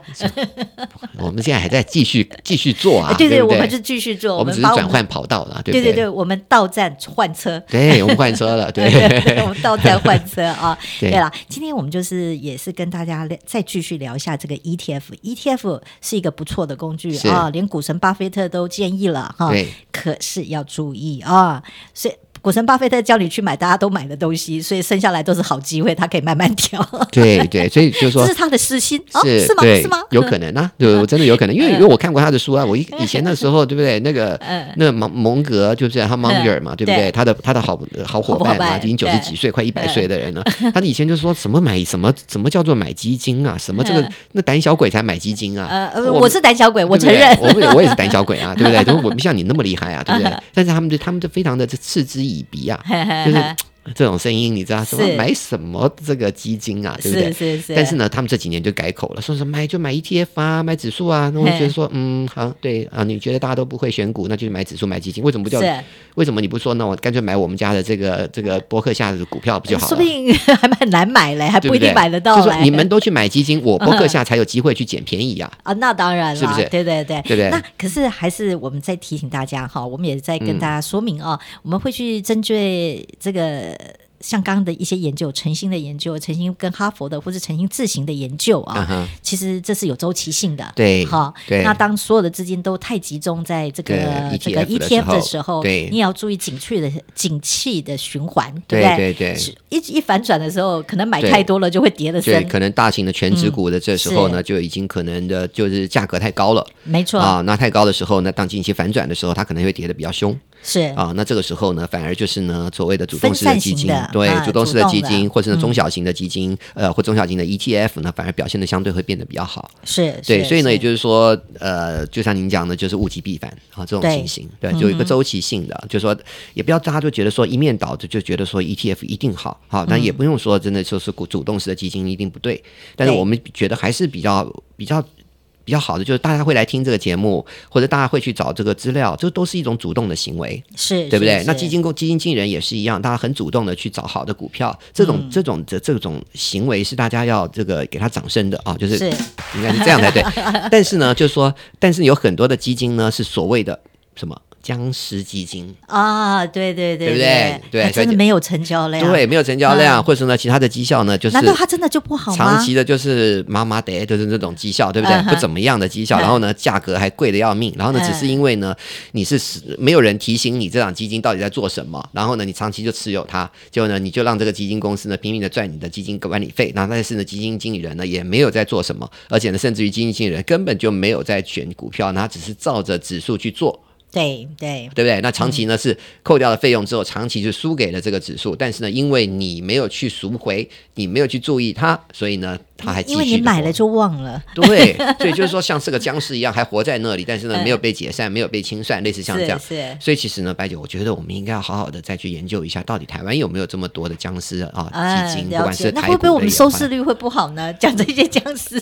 Speaker 2: 我们现在还在继续继续做啊，
Speaker 4: 哎对
Speaker 2: 对不
Speaker 4: 我
Speaker 2: 对，
Speaker 4: 们就继续做，
Speaker 2: 我们
Speaker 4: 们
Speaker 2: 只是
Speaker 4: 把我
Speaker 2: 转
Speaker 4: 们
Speaker 2: 换跑道了，对
Speaker 4: 对
Speaker 2: 不
Speaker 4: 对对，我们到站换车。
Speaker 2: 对，我们换车了， 对
Speaker 4: 我们到站换车啊！
Speaker 2: 对
Speaker 4: 对了，今天我们就是也是跟大家聊再继续聊一下这个 E ETF。ETF 是一个不错的工具
Speaker 2: 是
Speaker 4: 啊，连股神巴菲特都建议了哈。
Speaker 2: 对，
Speaker 4: 可是要注意啊，所以股神巴菲特叫你去买大家都买的东西，所以剩下来都是好机会，他可以慢慢挑。
Speaker 2: 对对，所以就是
Speaker 4: 这
Speaker 2: 说
Speaker 4: 是。他的私心哦，
Speaker 2: 是
Speaker 4: 是吗？
Speaker 2: 对
Speaker 4: 是吗？嗯
Speaker 2: 有可能啊，有真的有可能，因为因为我看过他的书啊，我以以前的时候，对不对？那个那蒙蒙格就是他 Monger 嘛，对不对？
Speaker 4: 嗯对
Speaker 2: 他的他的好好伙伴
Speaker 4: 好伙
Speaker 2: 啊，
Speaker 4: 伴嗯
Speaker 2: 已经九十几岁，快一百岁的人了。他以前就说什么买什么，什么叫做买基金啊？什么这个那胆小鬼才买基金啊？
Speaker 4: 呃呃，我是胆小嗯鬼，我承
Speaker 2: 对不对
Speaker 4: 认。
Speaker 2: 我 也我也是胆小鬼啊，对不对？就是我不像你那么厉害啊，对不对？
Speaker 4: 嗯
Speaker 2: 但是他们就他们就非常的嗤之以鼻啊，就是这种声音，你知道什么
Speaker 4: 嗯是
Speaker 2: 买什么这个基金啊，对不对？
Speaker 4: 是是是
Speaker 2: 但是呢，他们这几年就改口了，说什么买就买 ETF 啊，买指数啊。那我就觉得说，嗯，好，对啊，你觉得大家都不会选股，那就买指数买基金，为什么不叫
Speaker 4: 是？
Speaker 2: 为什么你不说那我干脆买我们家的这个这个博客下的股票不就好
Speaker 4: 哎说
Speaker 2: 了
Speaker 4: 不？定 还蛮难买嘞，还
Speaker 2: 对
Speaker 4: 不一
Speaker 2: 对
Speaker 4: 定买得到哎
Speaker 2: 就
Speaker 4: 嘞
Speaker 2: 说。你们都去买基金，我博客下才有机会去捡便宜啊。
Speaker 4: 啊，那当然了，
Speaker 2: 是不是
Speaker 4: 对对对，
Speaker 2: 对不对
Speaker 4: 那可是还是我们再提醒大家哈，我们也在跟
Speaker 2: 嗯
Speaker 4: 大家说明哦，我们会去针对这个。像刚刚的一些研究，诚心的研究，诚心跟哈佛的或是诚心自行的研究
Speaker 2: 嗯
Speaker 4: 啊
Speaker 2: 哼
Speaker 4: 其实这是有周期性的。
Speaker 2: 对
Speaker 4: 好，
Speaker 2: 对
Speaker 4: 那当所有的资金都太集中在这个
Speaker 2: 对
Speaker 4: 这个
Speaker 2: ETF 的
Speaker 4: ETF 的
Speaker 2: 时
Speaker 4: 时
Speaker 2: 候
Speaker 4: 候，
Speaker 2: 对
Speaker 4: 你也要注意景气的景气的循环，
Speaker 2: 对
Speaker 4: 不
Speaker 2: 对
Speaker 4: 对？
Speaker 2: 对
Speaker 4: 是一一反转的时候，可能买
Speaker 2: 对
Speaker 4: 太多了就会跌的
Speaker 2: 对，
Speaker 4: 深，
Speaker 2: 可能大型的全职股的这时候呢，
Speaker 4: 是
Speaker 2: 就已经可能的就是价格太高了
Speaker 4: 没错，
Speaker 2: 啊。那太高的时候呢，当近期反转的时候，它可能会跌得比较凶
Speaker 4: 是
Speaker 2: 啊。那这个时候呢，反而就是呢，所谓的主动式
Speaker 4: 分散
Speaker 2: 基
Speaker 4: 型
Speaker 2: 金
Speaker 4: 的，
Speaker 2: 对，
Speaker 4: 啊
Speaker 2: 主动式
Speaker 4: 主动
Speaker 2: 基
Speaker 4: 的嗯
Speaker 2: 金，或者是中小型的基金，呃，或中小型的 ETF 呢，反而表现的相对会变得比较好。
Speaker 4: 是，
Speaker 2: 对，
Speaker 4: 是
Speaker 2: 所以呢，
Speaker 4: 是
Speaker 2: 也就是说，呃，就像您讲的，就是物极必反啊，这种
Speaker 4: 对嗯
Speaker 2: 情形，对，就有一个周期性的，就说也不要大家就觉得说一面倒，就就觉得说 ETF 一定好，好，但也
Speaker 4: 嗯
Speaker 2: 不用说真的说是股主动式的基金一定不对，但是
Speaker 4: 对
Speaker 2: 我们觉得还是比较比较。比较好的就是大家会来听这个节目，或者大家会去找这个资料，这都是一种主动的行为。
Speaker 4: 是，
Speaker 2: 对不对
Speaker 4: 是？
Speaker 2: 那基金公基金经理人也是一样，大家很主动的去找好的股票，这种、这种这这种行为是大家要这个给他掌声的啊，就是
Speaker 4: 是
Speaker 2: 应该是这样才对。但是呢，就是说，但是有很多的基金呢是所谓的什么僵尸基金，
Speaker 4: 啊，对对对
Speaker 2: 对不
Speaker 4: 对
Speaker 2: 对对
Speaker 4: 那
Speaker 2: 所以
Speaker 4: 真的
Speaker 2: 就
Speaker 4: 没有成交量，
Speaker 2: 对，，没有成交量，或者呢其他的绩效呢就是
Speaker 4: 难道它真的就不好吗
Speaker 2: 长？期的就是麻麻的，就是这种绩效，对不对？
Speaker 4: 嗯哼
Speaker 2: 不怎么样的绩效，
Speaker 4: 嗯
Speaker 2: 然后呢，价格还贵的要命，然后呢，
Speaker 4: 嗯
Speaker 2: 只是因为呢，你是死没有人提醒你这档基金到底在做什么，然后呢，你长期就持有它，结果呢，你就让这个基金公司呢拼命的赚你的基金管理费，然后但是呢，基金经理人呢也没有在做什么，而且呢，甚至于基金经理人根本就没有在选股票，然后他只是照着指数去做。
Speaker 4: 对对
Speaker 2: 对不对？那长
Speaker 4: 嗯
Speaker 2: 期呢是扣掉了费用之后，长期就输给了这个指数，但是呢，因为你没有去赎回，你没有去注意它，所以呢，它还继续
Speaker 4: 因为你
Speaker 2: 地
Speaker 4: 买
Speaker 2: 活
Speaker 4: 了就忘了，
Speaker 2: 对， 所以就是说像是个僵尸一样还活在那里，但是呢没有被解散，没有被清算，类似像这 样。
Speaker 4: 是是
Speaker 2: 所以其实呢，白姐，我觉得我们应该要好好的再去研究一下，到底台湾有没有这么多的僵尸啊、
Speaker 4: 哎
Speaker 2: 基金，不
Speaker 4: 了
Speaker 2: 管
Speaker 4: 解
Speaker 2: 是，
Speaker 4: 那
Speaker 2: 台
Speaker 4: 会
Speaker 2: 股
Speaker 4: 不会我
Speaker 2: 的
Speaker 4: 们
Speaker 2: 也
Speaker 4: 收
Speaker 2: 好。
Speaker 4: 视率会不好呢？讲这些僵 尸，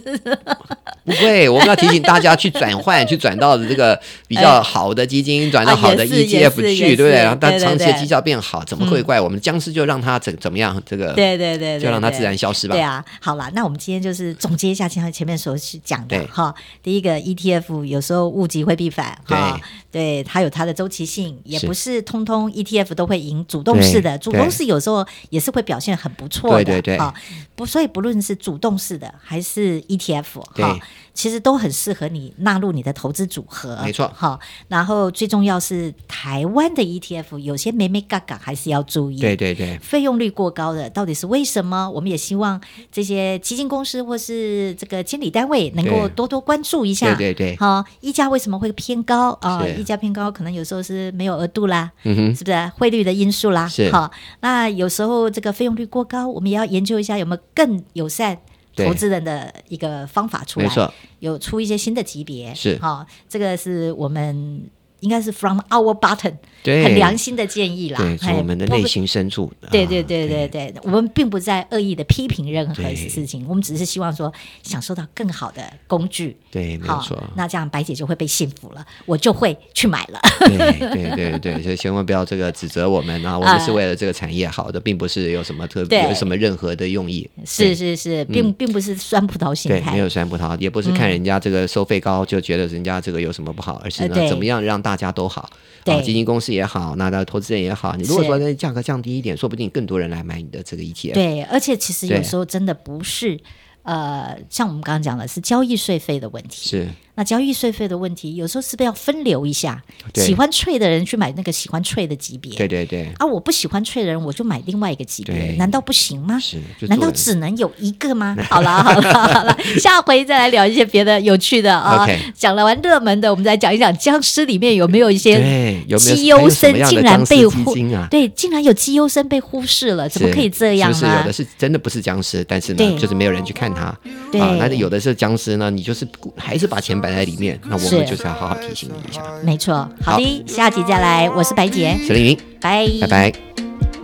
Speaker 2: 不会，我们要提醒大家去转换，去转到这个比较好的基金，转到好的
Speaker 4: 哎啊也是也
Speaker 2: ETF
Speaker 4: 是
Speaker 2: 去，对
Speaker 4: 也是
Speaker 2: 不对？然后它
Speaker 4: 对对
Speaker 2: 长期的
Speaker 4: 对
Speaker 2: 绩效变好，怎么会怪我们僵尸就让它怎怎么样？这个
Speaker 4: 对对对，对
Speaker 2: 就让它
Speaker 4: 对
Speaker 2: 自然消失吧
Speaker 4: 对。啊，好啦，那我们今天就是总结一下前前面所去讲的
Speaker 2: 对
Speaker 4: 哈。第一个 ETF 有时候物极会必反哈，对，它有它的周期性，也
Speaker 2: 是
Speaker 4: 不是通通 ETF 都会赢主动式的，主
Speaker 2: 对
Speaker 4: 动式有时候也是会表现很不错的，
Speaker 2: 对对对
Speaker 4: 哈。不，所以不论是主动式的还是 ETF 哈
Speaker 2: 对，
Speaker 4: 其实都很适合你纳入你的投资组合，
Speaker 2: 没错
Speaker 4: 哈。然后最重要是台湾的 ETF 有些美美嘎嘎还是要注意，
Speaker 2: 对对对，
Speaker 4: 费用率过高的，到底是为什么？我们也希望这些基金公司或是这个经理单位能够
Speaker 2: 对
Speaker 4: 多多关注一下。
Speaker 2: 对对对
Speaker 4: 好、溢价为什么会偏高啊、
Speaker 2: 是
Speaker 4: 溢价偏高，可能有时候是没有额度啦，
Speaker 2: 嗯哼，
Speaker 4: 是不是汇率的因素啦？
Speaker 2: 是
Speaker 4: 好、那有时候这个费用率过高，我们也要研究一下有没有更友善。
Speaker 2: 对
Speaker 4: 投资人的一个方法出来，
Speaker 2: 没错
Speaker 4: 有出一些新的级别，
Speaker 2: 是
Speaker 4: 好、这个是我们应该是 from our button，
Speaker 2: 对
Speaker 4: 很良心的建议啦。
Speaker 2: 对，从
Speaker 4: 哎
Speaker 2: 我们的
Speaker 4: 不
Speaker 2: 内心深处。啊
Speaker 4: 对对对对对，我们并不在恶意的批评任何
Speaker 2: 对
Speaker 4: 事情，我们只是希望说享受到更好的工具。
Speaker 2: 对，没有
Speaker 4: 好
Speaker 2: 错，。
Speaker 4: 那这样白姐就会被幸福了，我就会去 买了。
Speaker 2: 对对对对，所以千万不要这个指责我们啊！我们是为了这个产业好的，并不是有什么特别
Speaker 4: 对
Speaker 2: 有什么任何的用意。
Speaker 4: 是是是，并并不是酸葡萄心
Speaker 2: 嗯对，没
Speaker 4: 态
Speaker 2: 有。酸葡萄，也不是看人家这个收费高就觉得人家这个有什么不好，而是
Speaker 4: 呃对
Speaker 2: 呢，怎么样让大家都好，
Speaker 4: 对
Speaker 2: 啊，基金公司也好，那到投资人也好，你如果
Speaker 4: 是
Speaker 2: 说那价格降低一点，说不定更多人来买你的这个 E ETF。
Speaker 4: 对，而且其实有
Speaker 2: 对
Speaker 4: 时候真的不是，呃，像我们刚刚讲的是交易税费的问题。
Speaker 2: 是，
Speaker 4: 那交易税费的问题，有时候是不是要分流一下？
Speaker 2: 对
Speaker 4: 喜欢脆的人去买那个喜欢脆的级别，
Speaker 2: 对对对，
Speaker 4: 啊，我不喜欢脆的人，我就买另外一个级别，
Speaker 2: 对
Speaker 4: 难道不行吗？
Speaker 2: 是就
Speaker 4: 难
Speaker 2: 做
Speaker 4: 道
Speaker 2: 人
Speaker 4: 只能有一个吗？好了好了 好了，下回再来聊一些别的有趣的啊。
Speaker 2: OK
Speaker 4: 讲了完热门的，我们再讲一讲僵尸里面有没有一些。
Speaker 2: 对，有没有
Speaker 4: 绩优生
Speaker 2: 还有什
Speaker 4: 竟
Speaker 2: 么样的僵
Speaker 4: 然被
Speaker 2: 尸基
Speaker 4: 忽
Speaker 2: 金啊？
Speaker 4: 对，竟然有绩优生被忽视了，怎么
Speaker 2: 是
Speaker 4: 可以这样啊
Speaker 2: 是不是有
Speaker 4: 呢
Speaker 2: 的？是真的不是僵尸，但是
Speaker 4: 对
Speaker 2: 呢，就是没有人去看它。
Speaker 4: 对
Speaker 2: 啊，那有的是僵尸呢，你就是不还是把钱摆在里面，那我
Speaker 4: 是
Speaker 2: 们就是要好好提醒你一下。
Speaker 4: 没错，好的，下集再来，我是白洁，
Speaker 2: 沈凌云，
Speaker 4: 拜
Speaker 2: 拜拜。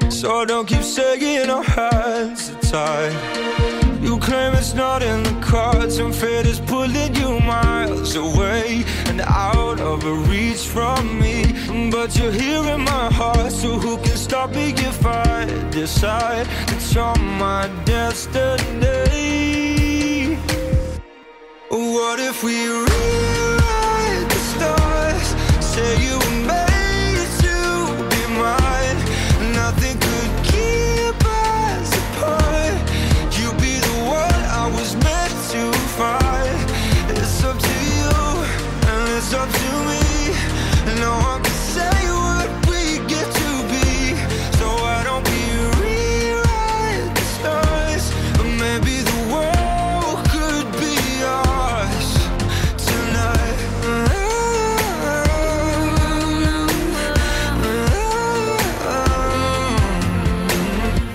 Speaker 3: So don't keep shaking our hands are tied. You claim it's not in the cards, and fate is pulling you miles away and out of reach from me. But you're here in my heart, so who can stop me if I decide that you're my destiny? What if we rewrite the stars? Say you were made to be mine. Nothing could keep us apart. You be the one I was meant to find. It's up to you and it's up to me. No one can say what we get to be. So why don't we rewrite the stars? Maybe the world could be ours tonight.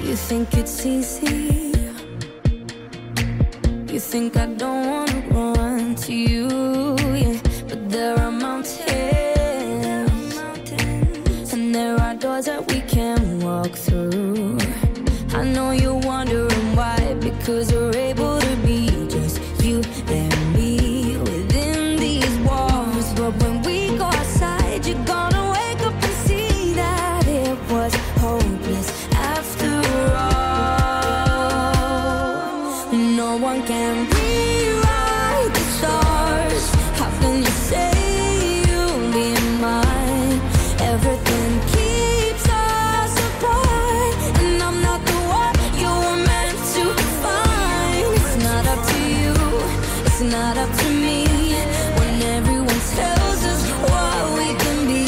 Speaker 5: You think it's easy. You think I don't wanna run to you, yeah. But there are mountains, and there are doors that we can walk through. I know you're wondering why, because we're able to be just you and me within these walls. But when we go outside, you're gonna wake up and see that it was hopeless after all. No one can rewrite the stars. How can you say you'll be mine? Everything keeps us apart, and I'm not the one you were meant to find. It's not up to you. It's not up to me. When everyone tells us what we can be,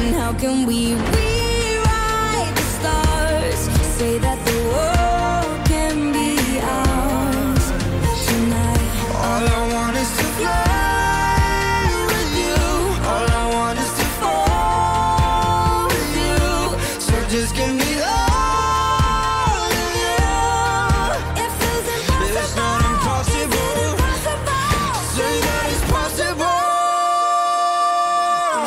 Speaker 5: and how can we rewrite the stars? Say that the world can be ours tonight.
Speaker 3: All I want is to fly with you. All I want is to fall with you. So just give me all of you.
Speaker 5: It feels
Speaker 3: It's not impossible.
Speaker 5: impossible.
Speaker 3: Say that it's possible.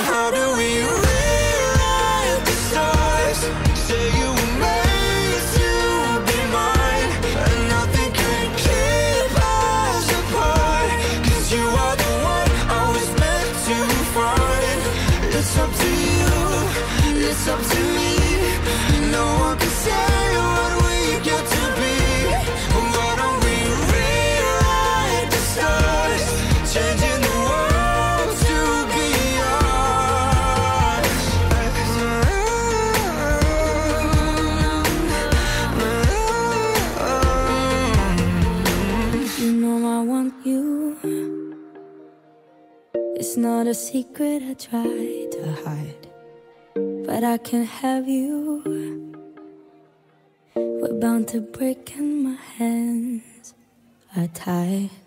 Speaker 3: How do we rewrite the stars? Say you were made to be mine, and nothing can keep us apart. 'Cause you are the one I was meant to find. It's up to you, it's up to me. No one can say what we get to be. Why don't we rewrite the stars? Changing the world to be Mm-hmm. ours.
Speaker 5: You know I want you. It's not a secret I try to hide, but I can have you. We're bound to break, and my hands are tied.